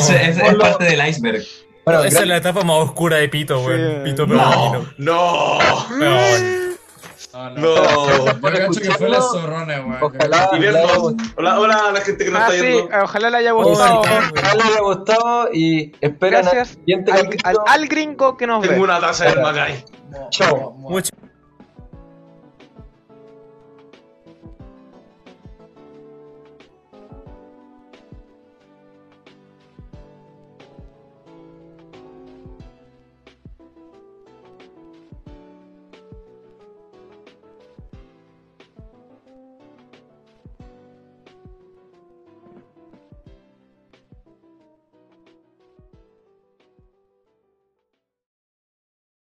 Es, es
No.
parte del iceberg.
Bueno,
Esa
gra-
es la etapa más oscura de Pito, weón.
Sí.
Pito
No,
pergamino.
no,
No,
Weón.
no.
no.
Yo cacho que fue la
escucharlo,
zorrona, weón.
ojalá,
Y
le haya
vernos.
gust-
[LAUGHS] Hola, hola a la gente que nos
Ah,
está
sí,
viendo.
ojalá le haya
Oh,
gustado.
Ojalá.
ojalá le haya gustado y esperen al
Gracias
siguiente
al,
capítulo.
al- al gringo que nos ve.
Tengo una taza del Macay.
Mo-
Chao.
mo- mo-
Muchas